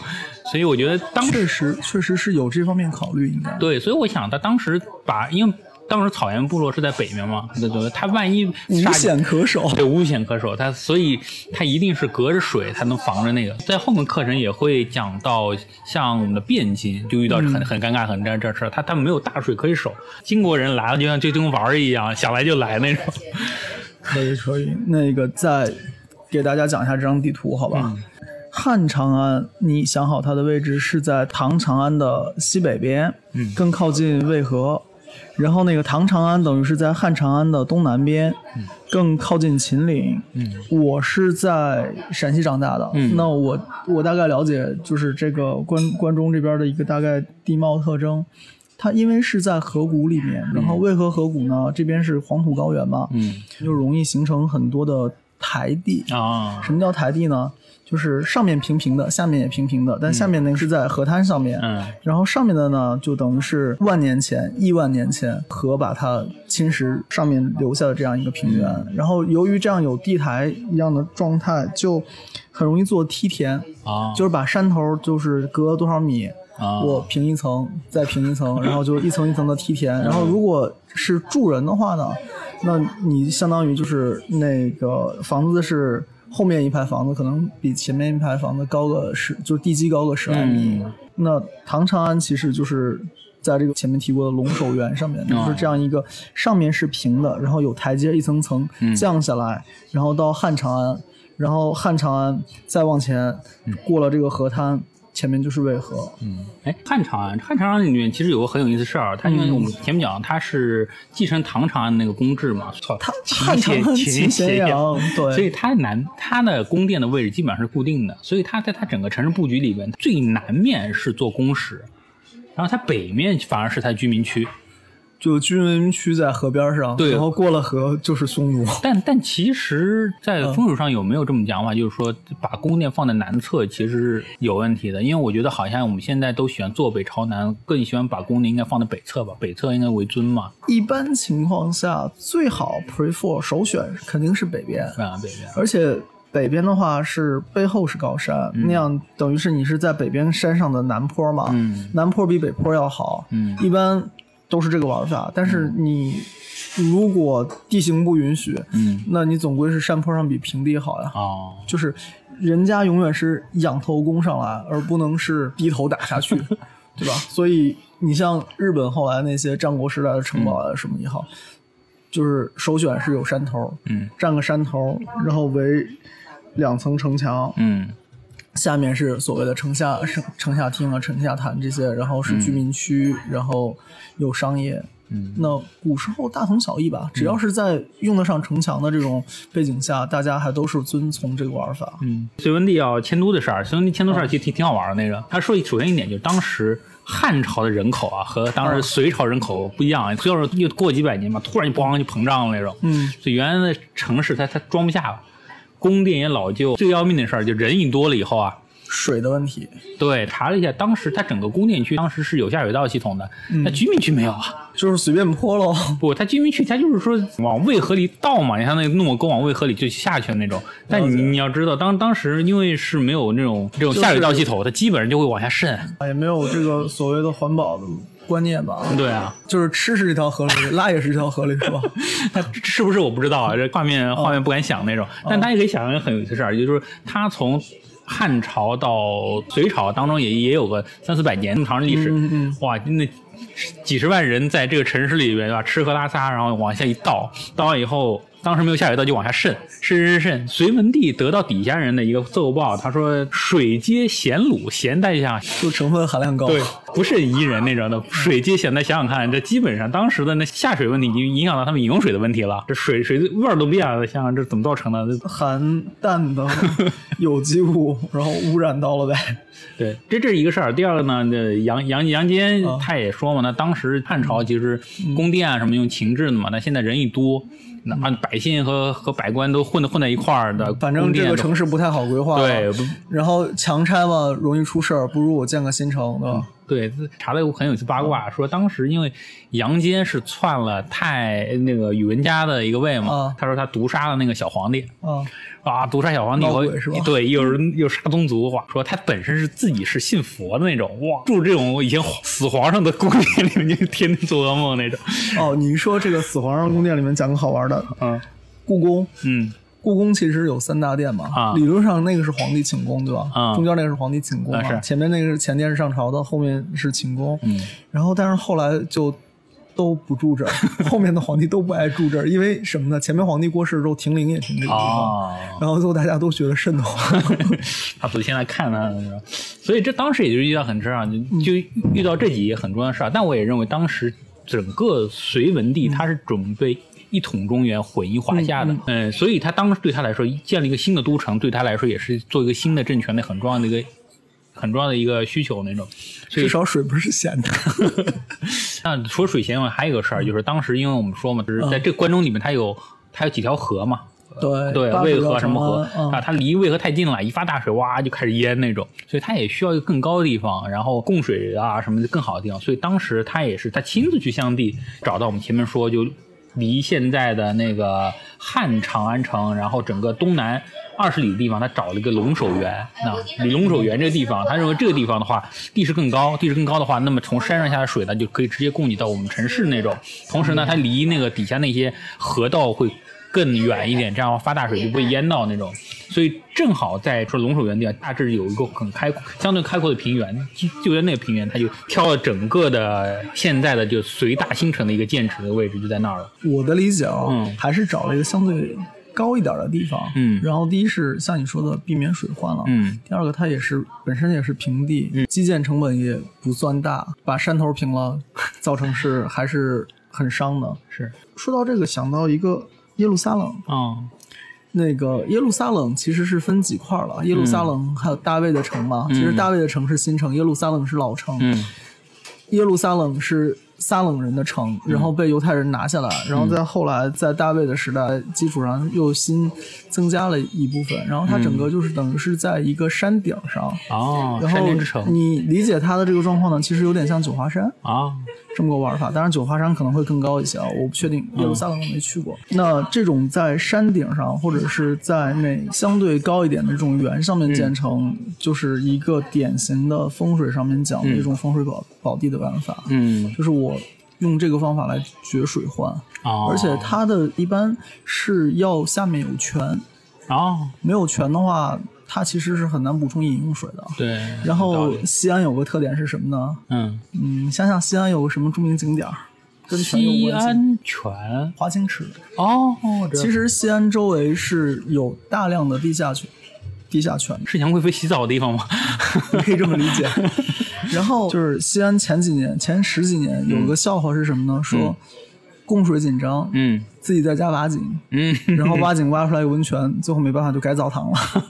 Speaker 1: 所以我觉得当时
Speaker 2: 确实，确实是有这方面考虑，应该。
Speaker 1: 对，所以我想他当时把，因为当时草原部落是在北面嘛，对对对，他万一杀
Speaker 2: 无险可守，
Speaker 1: 对，无险可守。它所以它一定是隔着水才能防着那个。在后面课程也会讲到，像我们的汴京就遇到
Speaker 2: 嗯
Speaker 1: 很、很尴尬、很这这事儿，它它没有大水可以守。金国人来了就像就跟玩儿一样，想来就来那种。
Speaker 2: 可以可以。那个再给大家讲一下这张地图，好吧？汉长安，你想好它的位置是在唐长安的西北边，嗯，更靠近渭河。然后那个唐长安等于是在汉长安的东南边，更靠近秦岭。嗯，我是在陕西长大的，
Speaker 1: 嗯
Speaker 2: 那我我大概了解就是这个关关中这边的一个大概地貌特征。它因为是在河谷里面，然后渭河河谷呢，这边是黄土高原嘛，
Speaker 1: 嗯
Speaker 2: 就容易形成很多的台地。
Speaker 1: 啊，
Speaker 2: 什么叫台地呢？就是上面平平的，下面也平平的，但下面那个是在河滩上面，
Speaker 1: 嗯
Speaker 2: 然后上面的呢，就等于是万年前、亿万年前河把它侵蚀上面留下的这样一个平原。然后由于这样有地台一样的状态，就很容易做梯田，
Speaker 1: 啊，
Speaker 2: 就是把山头就是隔多少米，
Speaker 1: 啊
Speaker 2: 我平一层，再平一层，然后就一层一层的梯田。然后如果是住人的话呢，那你相当于就是那个房子是后面一排房子可能比前面一排房子高个十，就是地基高个十来米。
Speaker 1: 嗯
Speaker 2: 那唐长安其实就是。在这个前面提过的龙首原上面，就是这样一个上面是平的，然后有台阶一层层降下来，然后到汉长安，然后汉长安再往前过了这个河滩，前面就是渭河。
Speaker 1: 哎，汉长安，汉长安里面其实有个很有意思的事儿，它因
Speaker 2: 嗯
Speaker 1: 为我们前面讲它是继承唐长安那个宫制嘛，操，
Speaker 2: 他
Speaker 1: 秦
Speaker 2: 汉
Speaker 1: 写
Speaker 2: 长安
Speaker 1: 秦
Speaker 2: 秦
Speaker 1: 写
Speaker 2: 咸阳，
Speaker 1: 所以
Speaker 2: 对，
Speaker 1: 它南它的宫殿的位置基本上是固定的，所以它在它整个城市布局里面，最南面是做宫室，然后它北面反而是它居民区。
Speaker 2: 就居民区在河边上，
Speaker 1: 对
Speaker 2: 然后过了河就是匈奴。
Speaker 1: 但但其实，在风水上有没有这么讲法？就是说，把宫殿放在南侧其实是有问题的，因为我觉得好像我们现在都喜欢坐北朝南，更喜欢把宫殿应该放在北侧吧，北侧应该为尊嘛，
Speaker 2: 一般情况下，最好 prefer 首选肯定是北边，
Speaker 1: 啊，北边。
Speaker 2: 而且北边的话是背后是高山，那样等于是你是在北边山上的南坡嘛，
Speaker 1: 嗯
Speaker 2: 南坡比北坡要好，
Speaker 1: 嗯
Speaker 2: 一般都是这个玩法。但是你如果地形不允许，
Speaker 1: 嗯，
Speaker 2: 那你总归是山坡上比平地好呀。
Speaker 1: 哦，
Speaker 2: 就是人家永远是仰头攻上来，而不能是低头打下去，对吧？所以你像日本后来那些战国时代的城堡啊什么也好，就是首选是有山头，
Speaker 1: 嗯
Speaker 2: 占个山头，然后围两层城墙，
Speaker 1: 嗯
Speaker 2: 下面是所谓的城下城城下町啊、城下潭这些，然后是居民区，然后有商业。
Speaker 1: 嗯，
Speaker 2: 那古时候大同小异吧，只要是在用得上城墙的这种背景下，大家还都是遵从这个玩法。
Speaker 1: 嗯，隋文帝要迁都的事儿，隋文帝迁都事儿其实挺挺好玩的那个。他说，首先一点就是当时汉朝的人口啊和当时隋朝人口不一样，要是又过几百年嘛，突然就咣就膨胀了那种。
Speaker 2: 嗯，
Speaker 1: 所以原来的城市它它装不下了，宫殿也老旧。最要命的事儿就人一多了以后啊，
Speaker 2: 水的问题，
Speaker 1: 对，查了一下，当时它整个宫殿区当时是有下水道系统的，那居民区没有啊？
Speaker 2: 就是随便泼 喽。
Speaker 1: 不，它居民区它就是说往渭河里倒嘛，你像那个诺沟往渭河里就下去的那种。但你你要知道，当当时因为是没有那种这种下水道系统，它基本上就会往下渗。
Speaker 2: 啊也没有这个所谓的环保的观念吧？
Speaker 1: 对啊，
Speaker 2: 就是吃是一条河里，拉也是一条河里， 是吧？
Speaker 1: 它是不是我不知道啊？
Speaker 2: 嗯
Speaker 1: 这画面画面不敢想那种，但它也可以想象很有意思的事儿，也就是它从。汉朝到隋朝当中也也有个三四百年那么长的历史，
Speaker 2: 嗯
Speaker 1: 哇，那几十万人在这个城市里边，对吧？吃喝拉撒，然后往下一倒，倒完以后，当时没有下水道就往下渗，渗渗渗。隋文帝得到底下人的一个奏报，他说：“水皆咸卤，咸代下
Speaker 2: 就成分含量高。
Speaker 1: 对，不是宜人那
Speaker 2: 嗯
Speaker 1: 种的水界咸的，想想看，这基本上当时的那下水问题已经影响到他们饮用水的问题了，这水水味儿都变了，想想这怎么造成的？这
Speaker 2: 含氮 的有机物，然后污染到了呗。
Speaker 1: 对，这这是一个事儿。第二个呢，这杨杨杨坚
Speaker 2: 啊
Speaker 1: 他也说嘛，那当时汉朝
Speaker 2: 嗯
Speaker 1: 其实宫殿啊什么用秦制的嘛，那现在人一多，那百姓和和百官都混的混在一块儿的，
Speaker 2: 嗯反正这个城
Speaker 1: 市
Speaker 2: 市不太好规划。啊
Speaker 1: 对。不
Speaker 2: 然后强拆嘛，容易出事儿，不如我建个新城，对吧？
Speaker 1: 对，查了一个很有一次八卦，说当时因为杨坚是篡了太那个宇文家的一个位嘛，
Speaker 2: 啊
Speaker 1: 他说他毒杀了那个小皇帝，
Speaker 2: 啊，
Speaker 1: 啊，毒杀小皇帝以后
Speaker 2: 闹鬼是吧，
Speaker 1: 对，又是又杀宗族，哇，说他本身是自己是信佛的那种，哇，住这种以前皇死皇上的宫殿里面，就 天天做噩梦那种，
Speaker 2: 哦，你说这个死皇上宫殿里面讲个好玩的，
Speaker 1: 嗯
Speaker 2: 故宫，
Speaker 1: 嗯
Speaker 2: 故宫其实有三大殿嘛，
Speaker 1: 啊
Speaker 2: 理论上那个是皇帝寝宫，对吧？
Speaker 1: 啊
Speaker 2: 中间那个是皇帝寝宫嘛，
Speaker 1: 啊是
Speaker 2: 前面那个是前殿是上朝的，后面是寝宫。
Speaker 1: 嗯，
Speaker 2: 然后但是后来就都不 住这儿，后面的皇帝都不爱住这儿，因为什么呢？前面皇帝过世之后，停灵也停这个地方，
Speaker 1: 哦，
Speaker 2: 然后最后大家都觉得瘆 得慌。
Speaker 1: 他不现在看他那种，所以这当时也就遇到很正常，啊就就遇到这几个很重要的事儿，但我也认为当时整个隋文帝他是准备。一统中原，混一华夏的，嗯所以他当时对他来说，建立一个新的都城，对他来说也是做一个新的政权的很重要的一个很重要的一个需求那种。所以
Speaker 2: 至少水不是咸的。
Speaker 1: 那除了水咸以外，还有一个事儿，就是当时因为我们说嘛，就是在这个关中里面，它有它有几条河嘛，
Speaker 2: 对
Speaker 1: 对，
Speaker 2: 八
Speaker 1: 渭
Speaker 2: 水
Speaker 1: 河
Speaker 2: 要
Speaker 1: 什么河
Speaker 2: 长
Speaker 1: 啊，
Speaker 2: 安
Speaker 1: 它离渭河太近了，一发大水哇就开始淹那种，所以它也需要一个更高的地方，然后供水啊什么的更好的地方，所以当时他也是他亲自去相地找到我们前面说就离现在的那个汉长安城，然后整个东南。二十里的地方，他找了一个龙首原。那离龙首原这个地方，他认为这个地方的话，地势更高，地势更高的话，那么从山上下的水呢，就可以直接供给到我们城市那种。同时呢，它离那个底下那些河道会更远一点，这样发大水就不会淹到那种。所以正好在说龙首原地啊，大致有一个很开阔、相对开阔的平原，就就在那个平原，它就挑了整个的现在的就隋大兴城的一个建址的位置，就在那儿了。
Speaker 2: 我的理解啊
Speaker 1: 嗯，
Speaker 2: 还是找了一个相对高一点的地方。
Speaker 1: 嗯
Speaker 2: 然后第一是像你说的避免水患了。
Speaker 1: 嗯
Speaker 2: 第二个，它也是本身也是平地，
Speaker 1: 嗯
Speaker 2: 基建成本也不算大，把山头平了， 造成是还是很伤的。
Speaker 1: 是
Speaker 2: 说到这个，想到一个耶路撒冷，
Speaker 1: 啊，
Speaker 2: 那个耶路撒冷其实是分几块了，
Speaker 1: 嗯
Speaker 2: 耶路撒冷还有大卫的城嘛。其实大卫的城是新城，耶路撒冷是老城。
Speaker 1: 嗯
Speaker 2: 耶路撒冷是撒冷人的城，
Speaker 1: 嗯
Speaker 2: 然后被犹太人拿下来，然后在后来在大卫的时代基础上又新增加了一部分，然后它
Speaker 1: 嗯
Speaker 2: 整个就是等于是在一个山顶上，
Speaker 1: 哦，
Speaker 2: 然
Speaker 1: 山
Speaker 2: 后
Speaker 1: 林之城
Speaker 2: 你理解它的这个状况呢，其实有点像九华山
Speaker 1: 啊，
Speaker 2: 这么个玩法，当然九华山可能会更高一些啊，我不确定，耶路撒冷我没去过。
Speaker 1: 嗯
Speaker 2: 那这种在山顶上或者是在那相对高一点的这种原上面建成，
Speaker 1: 嗯
Speaker 2: 就是一个典型的风水上面讲的一种风水宝宝地的玩法。
Speaker 1: 嗯
Speaker 2: 就是我用这个方法来决水患，
Speaker 1: 哦，
Speaker 2: 而且它的一般是要下面有泉，
Speaker 1: 哦，
Speaker 2: 没有泉的话，它其实是很难补充饮用水的。
Speaker 1: 对，
Speaker 2: 然
Speaker 1: 有道
Speaker 2: 后
Speaker 1: 理
Speaker 2: 西安有个特点是什么呢？
Speaker 1: 嗯，
Speaker 2: 嗯，想想西安有个什么著名景点儿，跟泉有
Speaker 1: 西
Speaker 2: 关系？
Speaker 1: 安泉
Speaker 2: 华清池。
Speaker 1: 哦，
Speaker 2: 其实西安周围是有大量的地下泉，地下泉
Speaker 1: 是杨贵妃洗澡的地方吗？
Speaker 2: 你可以这么理解。然后就是西安前几年、前十几年有个笑话是什么呢？说供水紧张，
Speaker 1: 嗯
Speaker 2: 自己在家挖井，
Speaker 1: 嗯。
Speaker 2: 然后 挖井挖出来一个温泉，最后没办法就改澡堂了。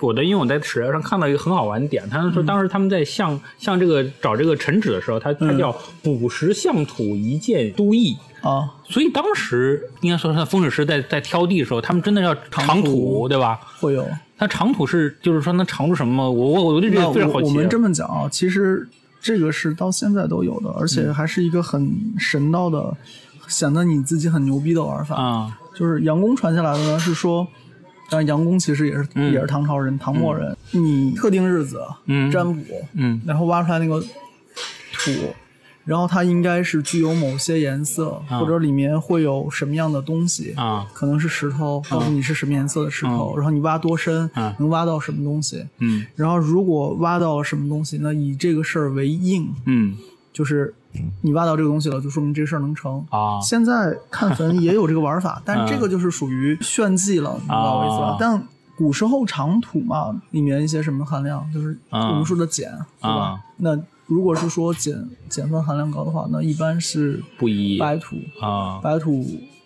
Speaker 1: 我的，因为我在史料上看到一个很好玩的点，他们
Speaker 2: 嗯
Speaker 1: 说当时他们在向、向这个找这个陈址的时候，它它叫补石向土一建都邑。
Speaker 2: 啊，
Speaker 1: 所以当时应该说，他风水师在在挑地的时候，他们真的要长
Speaker 2: 土
Speaker 1: 土，对吧？
Speaker 2: 会有
Speaker 1: 它长处是就是说能长出什么？我我我对这
Speaker 2: 那
Speaker 1: 个非常
Speaker 2: 我
Speaker 1: 好奇。
Speaker 2: 我们这么讲啊，其实这个是到现在都有的，而
Speaker 1: 嗯
Speaker 2: 且还是一个很神道的，显得你自己很牛逼的玩法。
Speaker 1: 啊，
Speaker 2: 就是杨公传下来的呢，是说，当然杨公其实也是、
Speaker 1: 嗯
Speaker 2: 也是唐朝人，唐末人。你特定日子
Speaker 1: 嗯
Speaker 2: 占卜，
Speaker 1: 嗯
Speaker 2: 然后挖出来那个土，然后它应该是具有某些颜色，
Speaker 1: 啊
Speaker 2: 或者里面会有什么样的东西。
Speaker 1: 啊，
Speaker 2: 可能是石头，告诉你是什么颜色的石头，然后你挖多深，
Speaker 1: 啊
Speaker 2: 能挖到什么东西。
Speaker 1: 嗯
Speaker 2: 然后如果挖到了什么东西，那以这个事儿为硬，
Speaker 1: 嗯
Speaker 2: 就是你挖到这个东西了，就说明这个事儿能成。
Speaker 1: 啊，
Speaker 2: 现在看坟也有这个玩 法，但这个就是属于炫技了，你知道我意思吧
Speaker 1: 啊？
Speaker 2: 但古时候长土嘛，里面一些什么含量，就是
Speaker 1: 啊
Speaker 2: 我们说的碱，对吧
Speaker 1: 啊？
Speaker 2: 那如果是说碱碱分含量高的话，那一般是
Speaker 1: 不一
Speaker 2: 白土，
Speaker 1: 啊
Speaker 2: 白土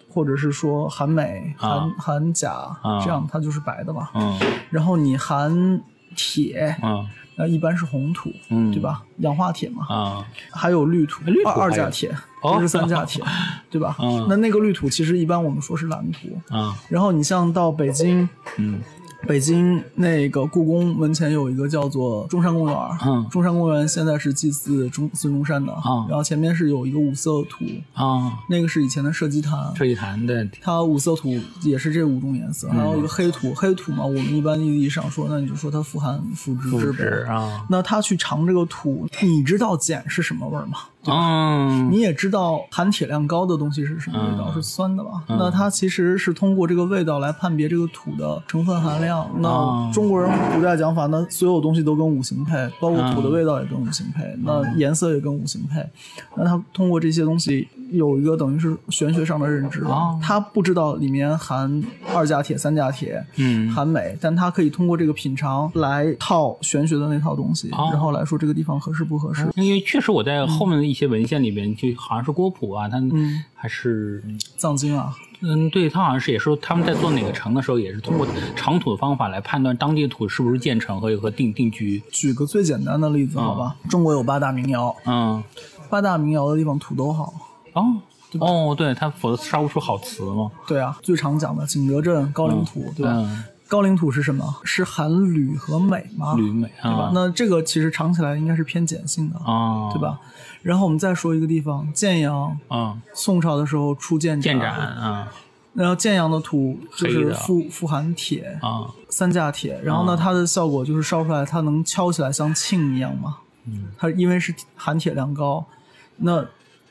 Speaker 2: 或者是说含镁、
Speaker 1: 啊
Speaker 2: 含含钾，这样它就是白的嘛。
Speaker 1: 嗯
Speaker 2: 然后你含铁，
Speaker 1: 嗯
Speaker 2: 那一般是红土，
Speaker 1: 嗯，
Speaker 2: 对？吧？氧化铁嘛，
Speaker 1: 啊
Speaker 2: 还有绿土，
Speaker 1: 绿土
Speaker 2: 二二
Speaker 1: 还有
Speaker 2: 价铁，
Speaker 1: 哦
Speaker 2: 不是三价铁， 对吧
Speaker 1: 嗯？
Speaker 2: 那那个绿土其实一般我们说是蓝土。
Speaker 1: 啊
Speaker 2: 然后你像到北京，
Speaker 1: 嗯
Speaker 2: 北京那个故宫门前有一个叫做中山公园儿，
Speaker 1: 嗯
Speaker 2: 中山公园现在是祭祀中孙中山的，
Speaker 1: 嗯
Speaker 2: 然后前面是有一个五色土，
Speaker 1: 啊，
Speaker 2: 那个是以前的社稷坛，
Speaker 1: 这一坛的
Speaker 2: 它五色土也是这五种颜色，还有一个黑土。黑土嘛，我们一般意义上说，那你就说它富含腐殖
Speaker 1: 不
Speaker 2: 质
Speaker 1: 是
Speaker 2: 呗。
Speaker 1: 啊，
Speaker 2: 那它去尝这个土，你知道碱是什么味儿吗？
Speaker 1: 嗯
Speaker 2: 你也知道含铁量高的东西是什么味道，
Speaker 1: 嗯
Speaker 2: 是酸的吧？那它其实是通过这个味道来判别这个土的成分含量。
Speaker 1: 哦
Speaker 2: 那中国人古代讲法，那所有东西都跟五行配，包括
Speaker 1: 嗯
Speaker 2: 土的味道也跟五行配，那颜色也跟五行配。那他通过这些东西有一个等于是玄学上的认知吧
Speaker 1: 哦
Speaker 2: 他不知道里面含二价铁、三价铁。
Speaker 1: 嗯
Speaker 2: 含镁，但他可以通过这个品尝来套玄学的那套东西，
Speaker 1: 哦
Speaker 2: 然后来说这个地方合适不合适。
Speaker 1: 嗯因为确实我在后面的一些文献里边，就好像是郭璞啊，他
Speaker 2: 嗯
Speaker 1: 还是
Speaker 2: 藏经啊，
Speaker 1: 嗯，对他好像是也说他们在做哪个城的时候，也是通过长土的方法来判断当地土是不是建成和和定定居。
Speaker 2: 举个最简单的例子，好吧？中国有八大民谣，
Speaker 1: 嗯，
Speaker 2: 八大民谣的地方土都好。
Speaker 1: 哦哦，对他否则烧不出好词嘛。
Speaker 2: 对啊，最常讲的景德镇高岭土，对吧？
Speaker 1: 嗯
Speaker 2: 高岭土是什么？是含铝和镁吗？
Speaker 1: 旅美
Speaker 2: 对吧？
Speaker 1: 啊
Speaker 2: 那这个其实尝起来应该是偏碱性的，
Speaker 1: 啊，
Speaker 2: 对？吧？然后我们再说一个地方，建阳，
Speaker 1: 嗯，
Speaker 2: 宋朝的时候出建
Speaker 1: 建盏啊
Speaker 2: 然后建阳的土就
Speaker 1: 黑
Speaker 2: 是
Speaker 1: 的
Speaker 2: 富富含铁，
Speaker 1: 啊
Speaker 2: 三价铁，然后呢，它的效果就是烧出来，它能敲起来像磬一样嘛。
Speaker 1: 嗯，
Speaker 2: 它因为是含铁量高，那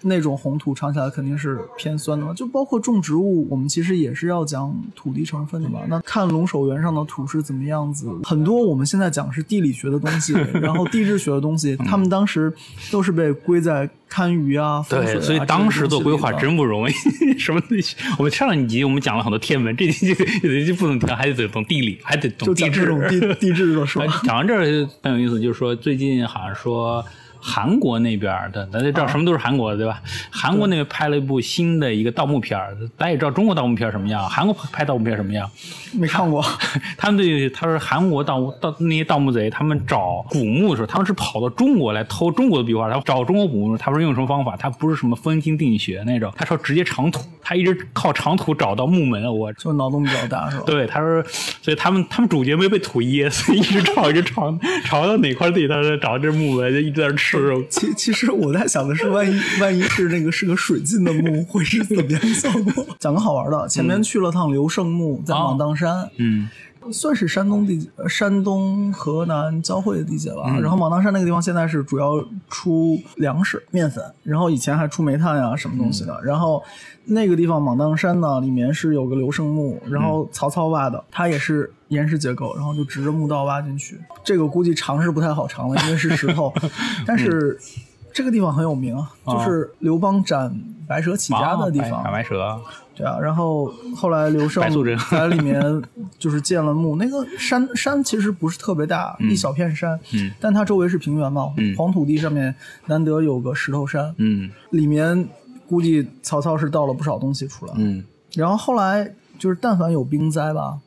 Speaker 2: 那种红土尝起来肯定是偏酸的嘛。就包括种植物，我们其实也是要讲土地成分的
Speaker 1: 嗯
Speaker 2: 嘛。那看龙首原上的土是怎么样子，很多我们现在讲是地理学的东 西，然后地质学的东西，
Speaker 1: 嗯
Speaker 2: 他们当时都是被归在堪舆啊、风水
Speaker 1: 对，
Speaker 2: 啊
Speaker 1: 所以当时做规划。
Speaker 2: 这些
Speaker 1: 真
Speaker 2: 东西里的
Speaker 1: 不容易。 什么东西？我们上一集我们讲了很多天文，这集就就就不能讲，还得懂地理，还得懂
Speaker 2: 就
Speaker 1: 地
Speaker 2: 讲
Speaker 1: 质
Speaker 2: 这。种地地质的说
Speaker 1: 哎，讲到这儿很有意思，就是说最近好像说韩国那边儿的，咱
Speaker 2: 啊
Speaker 1: 就知道什么都是韩国的，对吧？韩国那边拍了一部新的一个盗墓片儿，大家也知道中国盗墓片儿什么样，韩国拍盗墓片儿什么样。
Speaker 2: 没看过，
Speaker 1: 他们对他说韩国盗墓盗那些盗墓贼，他们找古墓的时候，他们是跑到中国来偷中国的壁画，然后找中国古墓，他说用什么方法？他不是什么分经定学那种，他说直接长土，他一直靠长土找到墓门。我
Speaker 2: 就脑洞比较大是吧？
Speaker 1: 对，他说，所以他们他们主角没有被土噎， 所以一直找一直找，找到哪块地，他说找这墓门就一直在那吃肉。
Speaker 2: 其其实我在想的是，万一万一是那个是个水浸的墓，会是怎么样效果？ 嗯讲个好玩的，前面去了趟刘胜墓，在
Speaker 1: 哦
Speaker 2: 芒砀山，
Speaker 1: 嗯
Speaker 2: 算是山东地呃山东河南交汇的地界吧。
Speaker 1: 嗯
Speaker 2: 然后芒砀山那个地方现在是主要出粮食、面粉，然后以前还出煤炭呀、什么东西
Speaker 1: 嗯
Speaker 2: 的。然后那个地方芒砀山呢，里面是有个刘胜墓，然后曹操挖
Speaker 1: 嗯
Speaker 2: 的，它也是岩石结构，然后就直着墓道挖进去。这个估计尝是不太好尝了，因为是石 头，嗯但是。这个地方很有名啊，
Speaker 1: 哦
Speaker 2: 就是刘邦斩白蛇起家的地方。
Speaker 1: 啊白白蛇，
Speaker 2: 对啊，然后后来刘胜
Speaker 1: 白素贞
Speaker 2: 在里面就是建了墓，那个山山其实不是特别大，一小片山，
Speaker 1: 嗯
Speaker 2: 但它周围是平原嘛，
Speaker 1: 嗯
Speaker 2: 黄土地上面难得有个石头山，
Speaker 1: 嗯
Speaker 2: 里面估计曹操是倒了不少东西出来。
Speaker 1: 嗯
Speaker 2: 然后后来就是但凡有兵灾吧，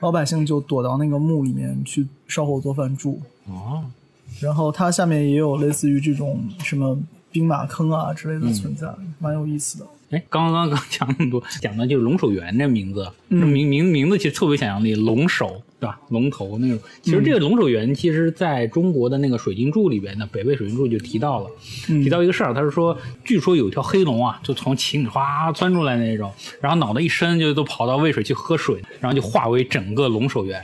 Speaker 2: 老百姓就躲到那个墓里面去烧火做饭住，
Speaker 1: 哦
Speaker 2: 然后它下面也有类似于这种什么兵马坑啊之
Speaker 1: 嗯
Speaker 2: 类的存在，蛮有意思的。
Speaker 1: 哎，刚刚刚讲那么多，讲的就是龙首原这名字，这名名名字其实特别想象力，龙首对吧？龙头那种。其实这个龙首原，其实在中国的那个水晶柱里边呢，北魏水晶柱就提到了，提到一个事儿，他是说，据说有一条黑龙啊，就从秦里哗钻出来那种，然后脑袋一伸就都跑到渭水去喝水，然后就化为整个龙首原。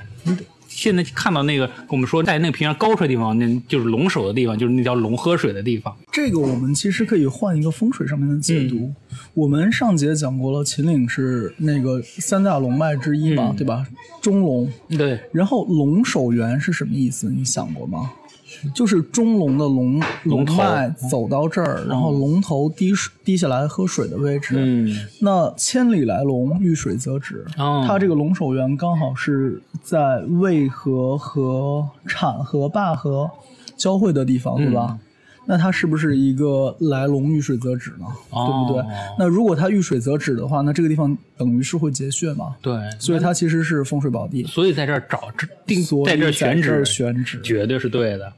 Speaker 1: 现在看到那个我们说在那个平原高处的地方，那就是龙首的地方，就是那条龙喝水的地方。
Speaker 2: 这个我们其实可以换一个风水上面的
Speaker 1: 嗯
Speaker 2: 解读。我们上节讲过了，秦岭是那个三大龙脉之
Speaker 1: 嗯
Speaker 2: 一嘛，对吧？中龙，
Speaker 1: 对，
Speaker 2: 然后龙首原是什么意思？你想过吗？就是中龙的龙
Speaker 1: 龙头
Speaker 2: 脉走到这儿，然后龙头滴水滴下来喝水的位置。
Speaker 1: 嗯，
Speaker 2: 那千里来龙，遇水则止。
Speaker 1: 哦
Speaker 2: 它这个龙首原刚好是在渭河和产河坝河交汇的地方，对
Speaker 1: 嗯
Speaker 2: 吧？那它是不是一个来龙遇水则止呢？
Speaker 1: 哦
Speaker 2: 对不对？那如果它遇水则止的话，那这个地方等于是会结穴嘛？
Speaker 1: 对，
Speaker 2: 所以它其实是风水宝地。
Speaker 1: 所以在这儿找这定
Speaker 2: 所以
Speaker 1: 嗯在这儿选
Speaker 2: 在这
Speaker 1: 址
Speaker 2: 儿选址
Speaker 1: 绝对是对 的。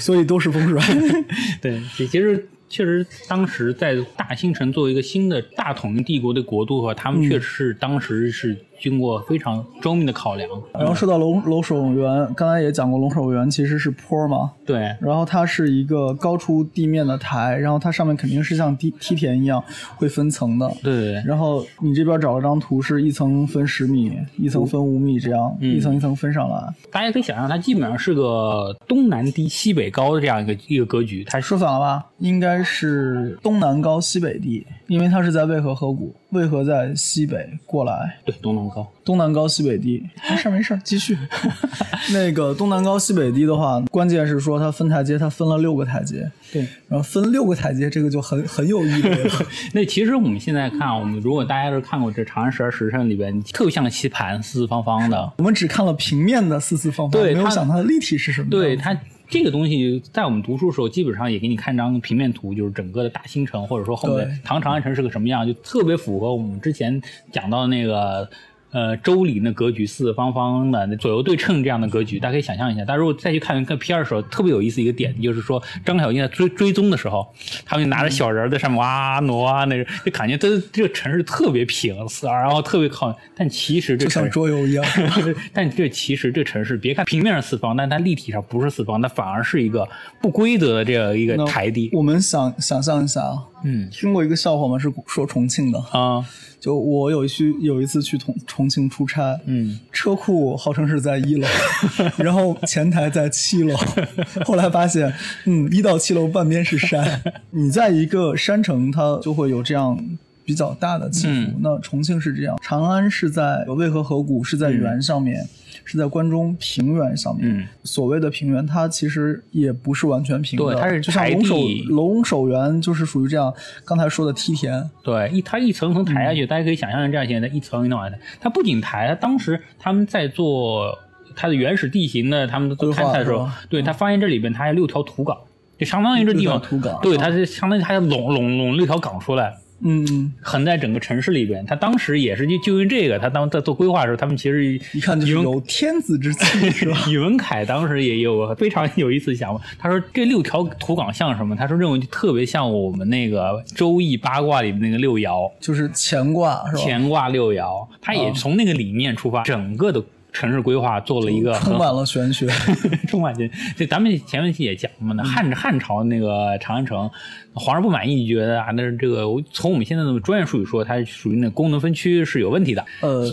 Speaker 2: 所以都是风水。
Speaker 1: 对，其其实确实当时在大兴城作为一个新的大统一帝国的国度的话，他
Speaker 2: 嗯
Speaker 1: 们确实是当时是经过非常周密的考量。
Speaker 2: 然后说到龙龙首原，刚才也讲过，龙首原其实是坡嘛，
Speaker 1: 对，
Speaker 2: 然后它是一个高出地面的台，然后它上面肯定是像梯梯田一样会分层的。
Speaker 1: 对，
Speaker 2: 然后你这边找了张图，是一层分十米，一层分五米，这样、一层一层分上来。
Speaker 1: 大家可以想象，它基本上是个东南低西北高的这样一个一个格局。它是
Speaker 2: 说反了吧？应该是东南高西北低，因为它是在渭河河谷，渭河在西北过来，
Speaker 1: 对东南高，
Speaker 2: 东南高西北低，没事儿没事儿，继续。 那个东南高西北低的话，关键是说它分台阶，它分了六个台阶，
Speaker 1: 对，
Speaker 2: 然后分六个台阶，这个就很很有意味了。
Speaker 1: 那其实我们现在看，我们如果大家是看过这《长安十二时辰》里边，特别像个棋盘，四四方方的。
Speaker 2: 我们只看了平面的四四方方，
Speaker 1: 对
Speaker 2: 没有
Speaker 1: 它
Speaker 2: 想它的立体是什么样。
Speaker 1: 对它这个东西，在我们读书的时候，基本上也给你看张平面图，就是整个的大兴城，或者说后面
Speaker 2: 对
Speaker 1: 唐长安城是个什么样，就特别符合我们之前讲到那个。呃，周礼那格局四四方方的，左右对称这样的格局，大家可以想象一下。大家如果再去看看片儿的时候，特别有意思一个点，就是说张小燕在追追踪的时候，他们就拿着小人儿在上面哇挪啊，那种就感觉这这个城市特别平，然后特别靠，但其实这
Speaker 2: 就
Speaker 1: 城
Speaker 2: 像
Speaker 1: 市
Speaker 2: 桌游 一样。
Speaker 1: 但这其实这城市，别看平面上四方，但它立体上不是四方，它反而是一个不规则的这样一个
Speaker 2: 那
Speaker 1: 台地。
Speaker 2: 我们想想象一下啊，
Speaker 1: 嗯
Speaker 2: 听过一个笑话吗？是说重庆的，
Speaker 1: 啊，
Speaker 2: 就我有一去有一次去重重庆出差，
Speaker 1: 嗯，
Speaker 2: 车库号称是在 一楼，然后前台在七楼，后来发现，嗯，一到七楼半边是 山，你在一个山城，它就会有这样。比较大的起伏，
Speaker 1: 嗯
Speaker 2: 那重庆是这样，长安是在渭河河谷，是在原上面，是在关中平原上面。
Speaker 1: 嗯
Speaker 2: 所谓的平原，它其实也不是完全平的，
Speaker 1: 对它是
Speaker 2: 就像
Speaker 1: 台
Speaker 2: 龙首
Speaker 1: 地
Speaker 2: 龙首原就是属于这样，刚才说的梯田，
Speaker 1: 对，一它一层层抬下
Speaker 2: 嗯
Speaker 1: 去，大家可以想象成这样现在一层一层往下抬。它不仅抬，它当时他们在做它的原始地形的他们
Speaker 2: 规
Speaker 1: 做
Speaker 2: 划
Speaker 1: 勘探的时
Speaker 2: 是
Speaker 1: 候
Speaker 2: 吧，嗯
Speaker 1: 对他发现这里边它还有六条土港，就相当于这地方
Speaker 2: 六条土港
Speaker 1: 对，它是相当于它要拢拢拢六条港出来。
Speaker 2: 嗯嗯。
Speaker 1: 横在整个城市里边，他当时也是就就因这个，他当在做规划的时候，他们其实
Speaker 2: 一看就是
Speaker 1: 用
Speaker 2: 有天子之气，是吧？
Speaker 1: 宇文恺当时也有个非常有意思的想法，他说这六条土港像什么？他说认为就特别像我们那个《周易》八卦里的那个六爻，
Speaker 2: 就是乾卦，是吧？嗯
Speaker 1: 乾卦六爻，他也从那个理念出发，整个的城市规划做了一个
Speaker 2: 充
Speaker 1: 很
Speaker 2: 满了玄学。
Speaker 1: 中晚期，就咱们前面期也讲过呢，
Speaker 2: 嗯
Speaker 1: 汉汉朝那个长安城，皇上不满意，觉得啊，那这个从我们现在的专业术语说，它属于那功能分区是有问题的，
Speaker 2: 呃，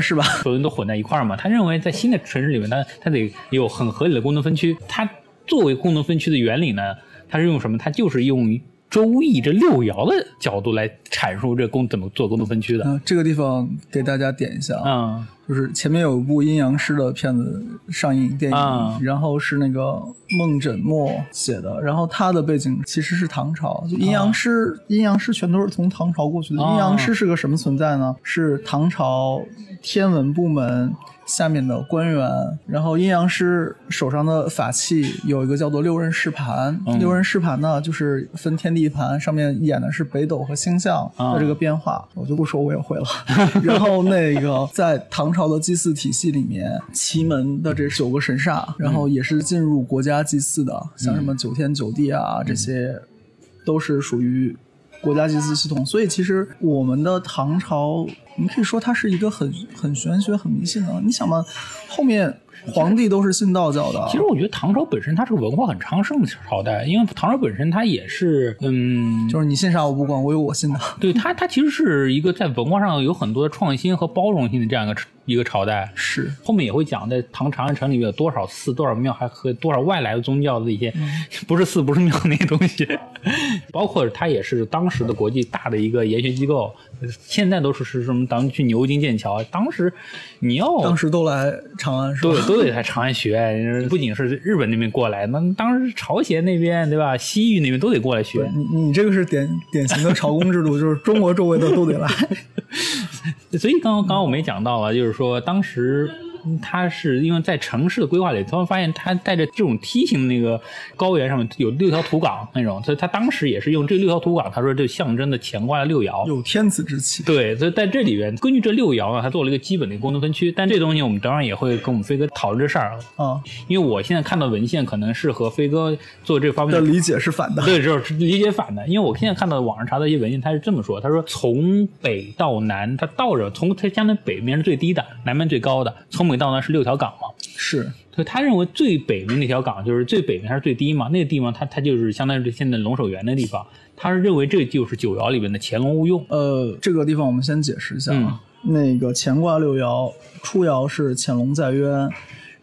Speaker 2: 是吧。
Speaker 1: 所有人都混在一块儿嘛。他认为在新的城市里面，它它得有很合理的功能分区。它作为功能分区的原理呢，它是用什么？它就是用《周易》这六爻的角度来阐述这功怎么做功能分区的。
Speaker 2: 嗯、这个地方给大家点一下啊，
Speaker 1: 嗯
Speaker 2: 就是前面有一部阴阳师的片子上映电影，
Speaker 1: 啊
Speaker 2: 然后是那个孟枕墨写的，然后他的背景其实是唐朝，就阴阳师，阴阳师全都是从唐朝过去的。
Speaker 1: 啊
Speaker 2: 阴阳师是个什么存在呢？是唐朝天文部门下面的官员，然后阴阳师手上的法器有一个叫做六壬试盘，
Speaker 1: 嗯
Speaker 2: 六壬试盘呢就是分天地盘，上面演的是北斗和星象
Speaker 1: 啊
Speaker 2: 的这个变化，我就不说我也会了。 然后那个在唐朝的祭祀体系里面，奇门的这九个神
Speaker 1: 嗯
Speaker 2: 煞，然后也是进入国家祭祀的，像什么九天九地啊这些。都是属于国家级系统。所以其实我们的唐朝，你可以说它是一个很很玄学、很迷信的。你想嘛，后面皇帝都是信道教的啊，
Speaker 1: 其实我觉得唐朝本身它是个文化很昌盛的朝代，因为唐朝本身它也是，嗯，
Speaker 2: 就是你信啥我不管，我有我信的。
Speaker 1: 对它它其实是一个在文化上有很多创新和包容性的这样一个一个朝代。
Speaker 2: 是，
Speaker 1: 后面也会讲，在唐长安城里面有多少寺、多少庙，还和多少外来的宗教的一些，
Speaker 2: 嗯
Speaker 1: 不是寺不是庙那些东西， 包括它也是当时的国际大的一个研学机构。现在都是是什么？咱们去牛津、剑桥，当时你要
Speaker 2: 当时都来长安是吧？
Speaker 1: 对，都得在长安学，不仅是日本那边过来，那当时朝鲜那边对吧，西域那边都得过来学。
Speaker 2: 你你这个是典典型的朝贡制度，就是中国周围的都得来。
Speaker 1: 所以刚刚刚我们也讲到了，啊就是说当时嗯它是因为在城市的规划里，他们发现它带着这种梯形的那个高原上面有六条土岗那种，所以他当时也是用这六条土岗，他说这象征的乾卦的六爻。
Speaker 2: 有天子之气，
Speaker 1: 对，所以在这里边，根据这六爻呢，他做了一个基本的功能分区。但这东西我们当然也会跟我们飞哥讨论这事 儿啊，
Speaker 2: 啊
Speaker 1: 因为我现在看到文献可能是和飞哥做这方面
Speaker 2: 的理解是反的。
Speaker 1: 对，就是理解反的，因为我现在看到网上查到一些文献，他是这么说，他说从北到南，它倒着从它相当于北面是最低的，南面最高的，从北到南是六条岗嘛，
Speaker 2: 是，
Speaker 1: 所以他认为最北面那条岗就是最北面它是最低嘛，那个地方它它就是相当于现在龙首原的地方，他是认为这就是九爻里面的潜龙勿用，
Speaker 2: 呃，这个地方我们先解释一下啊。那个乾卦六爻，初爻是潜龙在渊，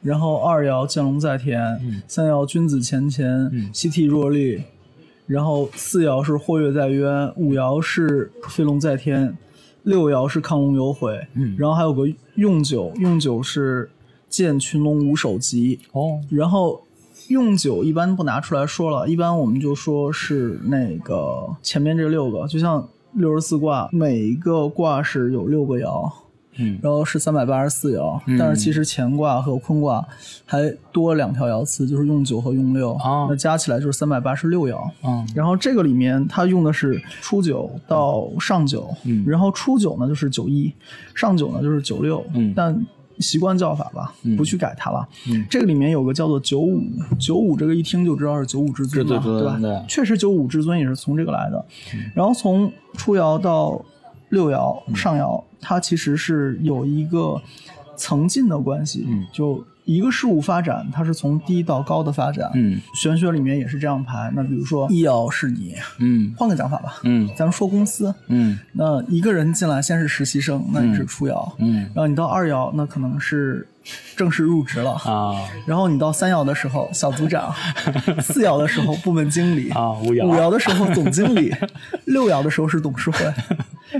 Speaker 2: 然后二爻见龙在田，三爻君子前乾，西替若厉，然后四爻是或跃在渊，五爻是飞龙在天，六爻是亢龙有悔，
Speaker 1: 嗯
Speaker 2: 然后还有个用九，用九是见群龙无首级，
Speaker 1: 哦，
Speaker 2: 然后用九一般不拿出来说了，一般我们就说是那个前面这六个，就像六十四卦，每一个卦是有六个爻，
Speaker 1: 嗯
Speaker 2: 然后是三百八十四爻，
Speaker 1: 嗯
Speaker 2: 但是其实乾卦和坤卦还多两条爻次，就是用九和用六，
Speaker 1: 哦
Speaker 2: 那加起来就是三百八十六爻。
Speaker 1: 嗯
Speaker 2: 然后这个里面它用的是初九到上九，
Speaker 1: 嗯
Speaker 2: 然后初九呢就是九一，上九呢就是九六，
Speaker 1: 嗯
Speaker 2: 但习惯叫法吧，
Speaker 1: 嗯
Speaker 2: 不去改它了。
Speaker 1: 嗯
Speaker 2: 这个里面有个叫做九五，九五这个一听就知道是九五至尊嘛，
Speaker 1: 至尊
Speaker 2: 对吧？
Speaker 1: 对嗯
Speaker 2: 确实九五至尊也是从这个来的。然后从初爻到六爻、上爻，它其实是有一个层进的关系，
Speaker 1: 嗯
Speaker 2: 就。一个事物发展，它是从低到高的发展，
Speaker 1: 嗯
Speaker 2: 玄学里面也是这样排。那比如说医药是你，
Speaker 1: 嗯
Speaker 2: 换个讲法吧，
Speaker 1: 嗯
Speaker 2: 咱们说公司，
Speaker 1: 嗯
Speaker 2: 那一个人进来先是实习生，那你是初爻，
Speaker 1: 嗯
Speaker 2: 然后你到二爻，那可能是正式入职了。
Speaker 1: 啊
Speaker 2: 然后你到三爻的时候，小 组长；四爻的时候，部门经理；
Speaker 1: 啊五爻
Speaker 2: 五爻的时候，总 经理；六爻的时候是董事会。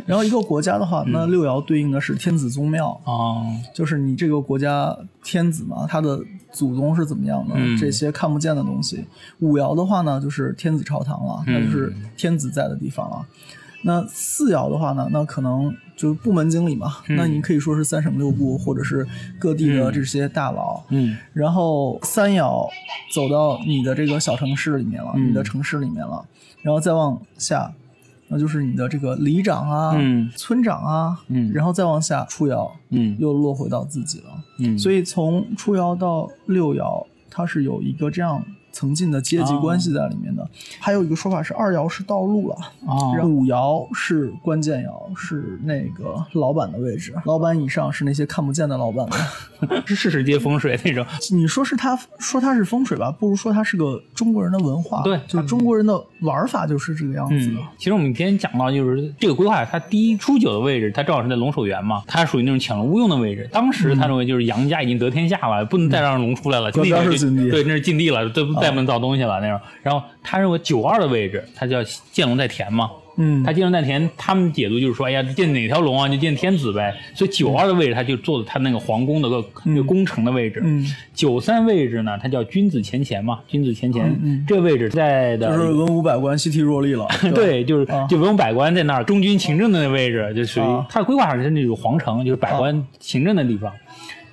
Speaker 2: 然后一个国家的话，
Speaker 1: 嗯
Speaker 2: 那六爻对应的是天子宗庙，
Speaker 1: 哦
Speaker 2: 就是你这个国家天子嘛，他的祖宗是怎么样的，
Speaker 1: 嗯
Speaker 2: 这些看不见的东西。五爻的话呢，就是天子朝堂了，那就是
Speaker 1: 嗯
Speaker 2: 天子在的地方了。那四爻的话呢，那可能就是部门经理嘛，那
Speaker 1: 嗯
Speaker 2: 你可以说是三省六部或者是各地的这些大佬。
Speaker 1: 嗯
Speaker 2: 然后三爻走到你的这个小城市里面了，
Speaker 1: 嗯
Speaker 2: 你的城市里面了，然后再往下，那就是你的这个里长啊、
Speaker 1: 嗯
Speaker 2: 村长啊，
Speaker 1: 嗯
Speaker 2: 然后再往下初爻，
Speaker 1: 嗯
Speaker 2: 又落回到自己了。
Speaker 1: 嗯，
Speaker 2: 所
Speaker 1: 以
Speaker 2: 以从初爻到六爻，它是有一个这样层进的阶级关系在里面的。还有一个说法是二爻是道路了，
Speaker 1: 哦
Speaker 2: 然后五爻是关键爻，是那个老板的位置，老板以上是那些看不见的老板们。
Speaker 1: 是世界风水那种，
Speaker 2: 你说是它说它是风水吧，不如说它是个中国人的文化，
Speaker 1: 对
Speaker 2: 就是中国人的玩法就是这个样子的。
Speaker 1: 嗯，其实我们今天讲到就是这个规划，它第一初九的位置，它正好是在龙首原嘛，它属于那种抢龙勿用的位置。当时他认为就是杨家已经得天下了，不能再让龙出 来了，
Speaker 2: 国
Speaker 1: 那
Speaker 2: 家
Speaker 1: 边就
Speaker 2: 是禁地哦
Speaker 1: 对，那是禁地了，这不再不能造东西了那种。然后他认为九二的位置，它叫见龙在田嘛。
Speaker 2: 嗯
Speaker 1: 他见龙在田，他们解读就是说，哎呀，见哪条龙啊，就见天子呗。所以九二的位置，他就坐在他那个皇宫的个、那个宫城的位置。
Speaker 2: 嗯，
Speaker 1: 九三位置呢，它叫君子前乾嘛，君子前乾、这位置在的
Speaker 2: 嗯就是文武百官悉体若厉了， 吧
Speaker 1: 对，就是
Speaker 2: 啊
Speaker 1: 就文武百官在那儿，中军行政的那位置，就属于
Speaker 2: 啊
Speaker 1: 它的规划上是那种皇城，就是百官行政的地方。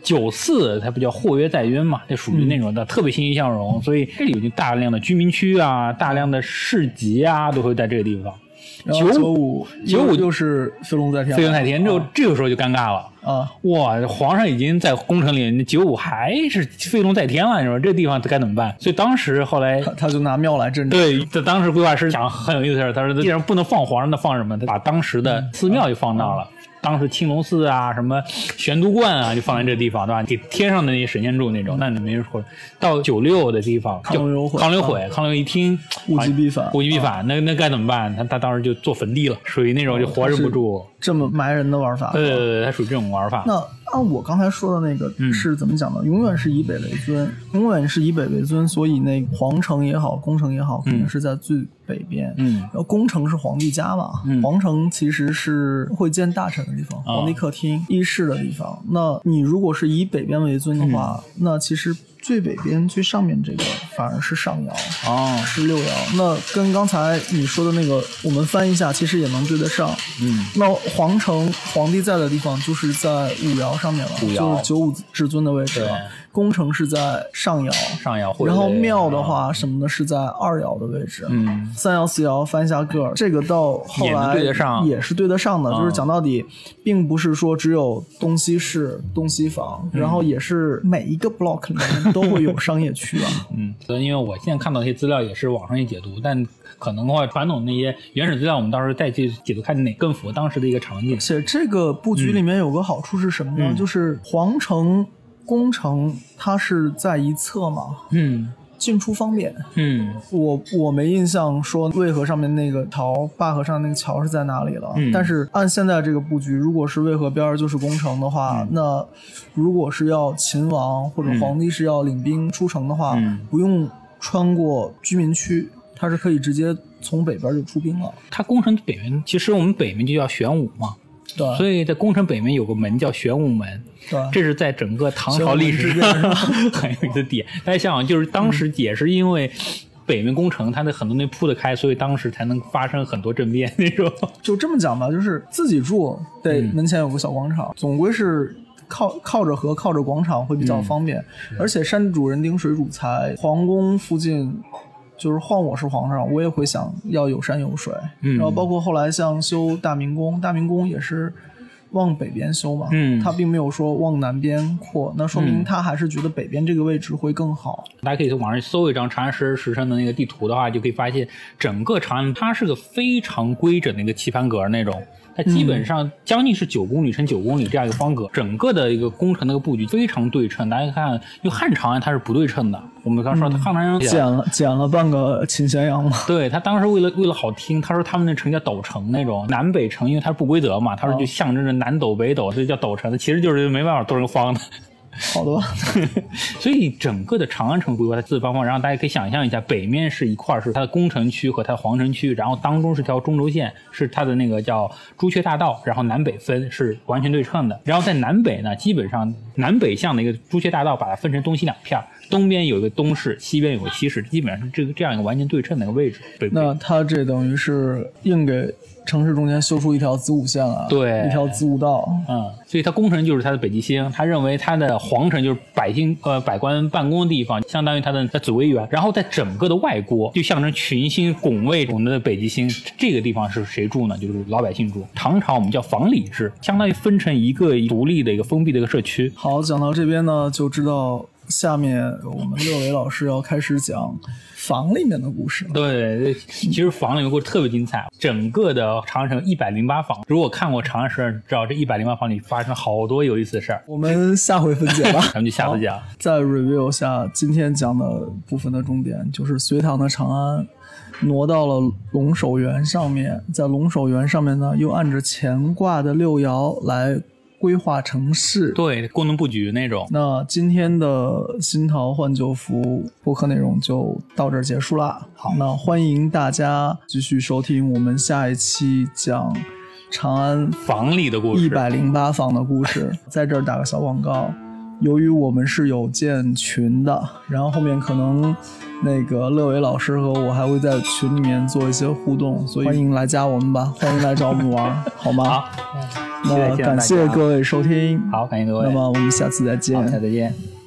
Speaker 1: 九四它不叫或约在渊嘛，这属于那
Speaker 2: 嗯
Speaker 1: 种的特别欣欣向荣，所以这里有就大量的居民区啊，大量的市集啊，都会在这个地方。
Speaker 2: 然后
Speaker 1: 九
Speaker 2: 九五
Speaker 1: 九五
Speaker 2: 五就是飞龙在天了，
Speaker 1: 飞龙在天之后，这个时候就尴尬了。
Speaker 2: 啊，
Speaker 1: 哇，皇上已经在宫城里，那九五还是飞龙在天了，你说这地方该怎么办？所以当时后来
Speaker 2: 他他就拿庙来镇。
Speaker 1: 对，这当时规划师想很有意思的事儿，他说既然不能放皇上，那放什么？他把当时的寺庙就放那儿了。
Speaker 2: 嗯
Speaker 1: 嗯当时青龙寺啊，什么玄都观啊，就放在这地方，对吧？给天上的那些神仙住那种，那你没人说。到九六的地方，就
Speaker 2: 嗯康有悔
Speaker 1: 康有悔，康有一听，
Speaker 2: 物极必反
Speaker 1: 啊物极必反，那那该怎么办？他他当时就做坟地了，属于那
Speaker 2: 哦
Speaker 1: 种就活着不住，
Speaker 2: 这么埋人的玩法。
Speaker 1: 对对对对，他属于这种玩法。
Speaker 2: 啊那按我刚才说的那个
Speaker 1: 嗯
Speaker 2: 是怎么讲的？永远是以北为尊，永远是以北为尊，所以那皇城也好，宫城也好，肯定是在最北边。
Speaker 1: 嗯
Speaker 2: 然后宫城是皇帝家嘛，
Speaker 1: 嗯
Speaker 2: 皇城其实是会见大臣的地方，
Speaker 1: 啊
Speaker 2: 皇帝客厅、议事的地方。那你如果是以北边为尊的话，
Speaker 1: 嗯
Speaker 2: 那其实最北边最上面这个反而是上爻。
Speaker 1: 哦，
Speaker 2: 是六爻，那跟刚才你说的那个，我们翻一下，其实也能对得上。
Speaker 1: 嗯，
Speaker 2: 那皇城皇帝在的地方就是在五爻上面了，
Speaker 1: 五爻
Speaker 2: 就是九五至尊的位置了
Speaker 1: 对。
Speaker 2: 宫城是在上爻，
Speaker 1: 上阳或者
Speaker 2: 然后庙的，话什么的是在二爻的位置。
Speaker 1: 嗯，
Speaker 2: 三爻四爻翻一下个儿，这个到后
Speaker 1: 也能
Speaker 2: 来
Speaker 1: 对得上嗯
Speaker 2: 也是对得上的。就是讲到底，并不是说只有东西市、东西房，
Speaker 1: 嗯
Speaker 2: 然后也是每一个 block 里面都会有商业区啊。
Speaker 1: 嗯，所以因为我现在看到一些资料也是网上一解读，但可能的话，传统那些原始资料，我们到时候再去解读，看哪更符合当时的一个场景
Speaker 2: 而。且这个布
Speaker 1: 嗯
Speaker 2: 局里面有个好处是什么呢？就是皇城、宫城，它是在一侧嘛，
Speaker 1: 嗯
Speaker 2: 进出方便。
Speaker 1: 嗯
Speaker 2: 我我没印象说渭河上面那个桥，灞河上那个桥是在哪里了。
Speaker 1: 嗯
Speaker 2: 但是按现在这个布局，如果是渭河边儿就是宫城的
Speaker 1: 嗯
Speaker 2: 话，那如果是要秦王或者皇帝是要领兵出城的话，
Speaker 1: 嗯
Speaker 2: 不用穿过居民区，它是可以直接从北边就出兵了。
Speaker 1: 它宫城北面，其实我们北面就叫玄武嘛，
Speaker 2: 对
Speaker 1: 所以在宫城北面有个门叫玄武门，
Speaker 2: 对。
Speaker 1: 这是在整个唐朝历史
Speaker 2: 玄武
Speaker 1: 上很有意思的点。大家想想，就是当时也是因为。北面工程，它的很多东西铺得开，所以当时才能发生很多政变那种。
Speaker 2: 就这么讲吧，就是自己住得
Speaker 1: 嗯
Speaker 2: 门前有个小广场，总归是靠靠着河、靠着广场会比
Speaker 1: 嗯
Speaker 2: 较方便。而且山主人丁，水主财，皇宫附近。就是换我是皇上，我也会想要有山有水。
Speaker 1: 嗯
Speaker 2: 然后包括后来像修大明宫，大明宫也是往北边修嘛，
Speaker 1: 嗯
Speaker 2: 它并没有说往南边扩，那说明
Speaker 1: 嗯
Speaker 2: 他还是觉得北边这个位置会更好。
Speaker 1: 大家可以从网上搜一张长安十时辰的那个地图的话，就可以发现整个长安它是个非常规整的一个棋盘格那种。它基本上将近是九公里乘九公里这样一个方格，整个的一个工程那个布局非常对称。大家看，因为汉长安它是不对称的，我们刚说它汉长安
Speaker 2: 减了减了半个秦咸阳嘛，
Speaker 1: 对他当时为了为了好听，他说他们那城叫斗城那种南北城，因为它是不规则嘛，他说就象征着南斗北斗，所以叫斗城，其实就是没办法做成方的。
Speaker 2: 好的吧？
Speaker 1: 所以整个的长安城规划它四方方，然后大家可以想象一下，北面是一块儿是它的宫城区和它的皇城区，然后当中是条中轴线，是它的那个叫朱雀大道，然后南北分是完全对称的。然后在南北呢，基本上南北向的一个朱雀大道把它分成东西两片儿，东边有一个东市，西边有个西市，基本上是这个这样一个完全对称的一个位置。北北
Speaker 2: 那它这等于是硬给城市中间修出一条子午线来，
Speaker 1: 对
Speaker 2: 一条子午道。
Speaker 1: 嗯，所以他宫城就是他的北极星，他认为他的皇城就是百姓呃百官办公的地方，相当于他的他紫薇园。然后在整个的外郭就象征群星拱卫我们的北极星，这个地方是谁住呢？就是老百姓住。唐朝我们叫房里制，相当于分成一个独立的一个封闭的一个社区。
Speaker 2: 好，讲到这边呢，就知道下面我们六位老师要开始讲房里面的故事了。
Speaker 1: 对，其实房里面故事特别精彩。整个的长安城一百零八房，如果看过《长安十二》，知道这一百零八房里发生好多有意思的事儿。，
Speaker 2: 我们下回分解吧
Speaker 1: 咱们就下次讲。
Speaker 2: 再 review 下今天讲的部分的重点，就是隋唐的长安挪到了龙首原上面，在龙首原上面呢，又按着乾卦的六爻来规划城市。
Speaker 1: 对，功能布局那种。
Speaker 2: 那今天的新桃换旧符播客内容就到这儿结束啦。好，那欢迎大家继续收听我们下一期讲长安
Speaker 1: 房里的故事，
Speaker 2: 一百零八坊的故事。在这儿打个小广告，由于我们是有建群的，然后后面可能那个乐伟老师和我还会在群里面做一些互动，所以欢迎来加 我们吧，欢迎来找我们玩儿，好吗？
Speaker 1: 好，
Speaker 2: 那
Speaker 1: 谢谢
Speaker 2: 感谢
Speaker 1: 大家
Speaker 2: 各位收听，
Speaker 1: 好，感谢各位，
Speaker 2: 那么我们下次再见，
Speaker 1: 好，下次再见。
Speaker 2: 拜拜。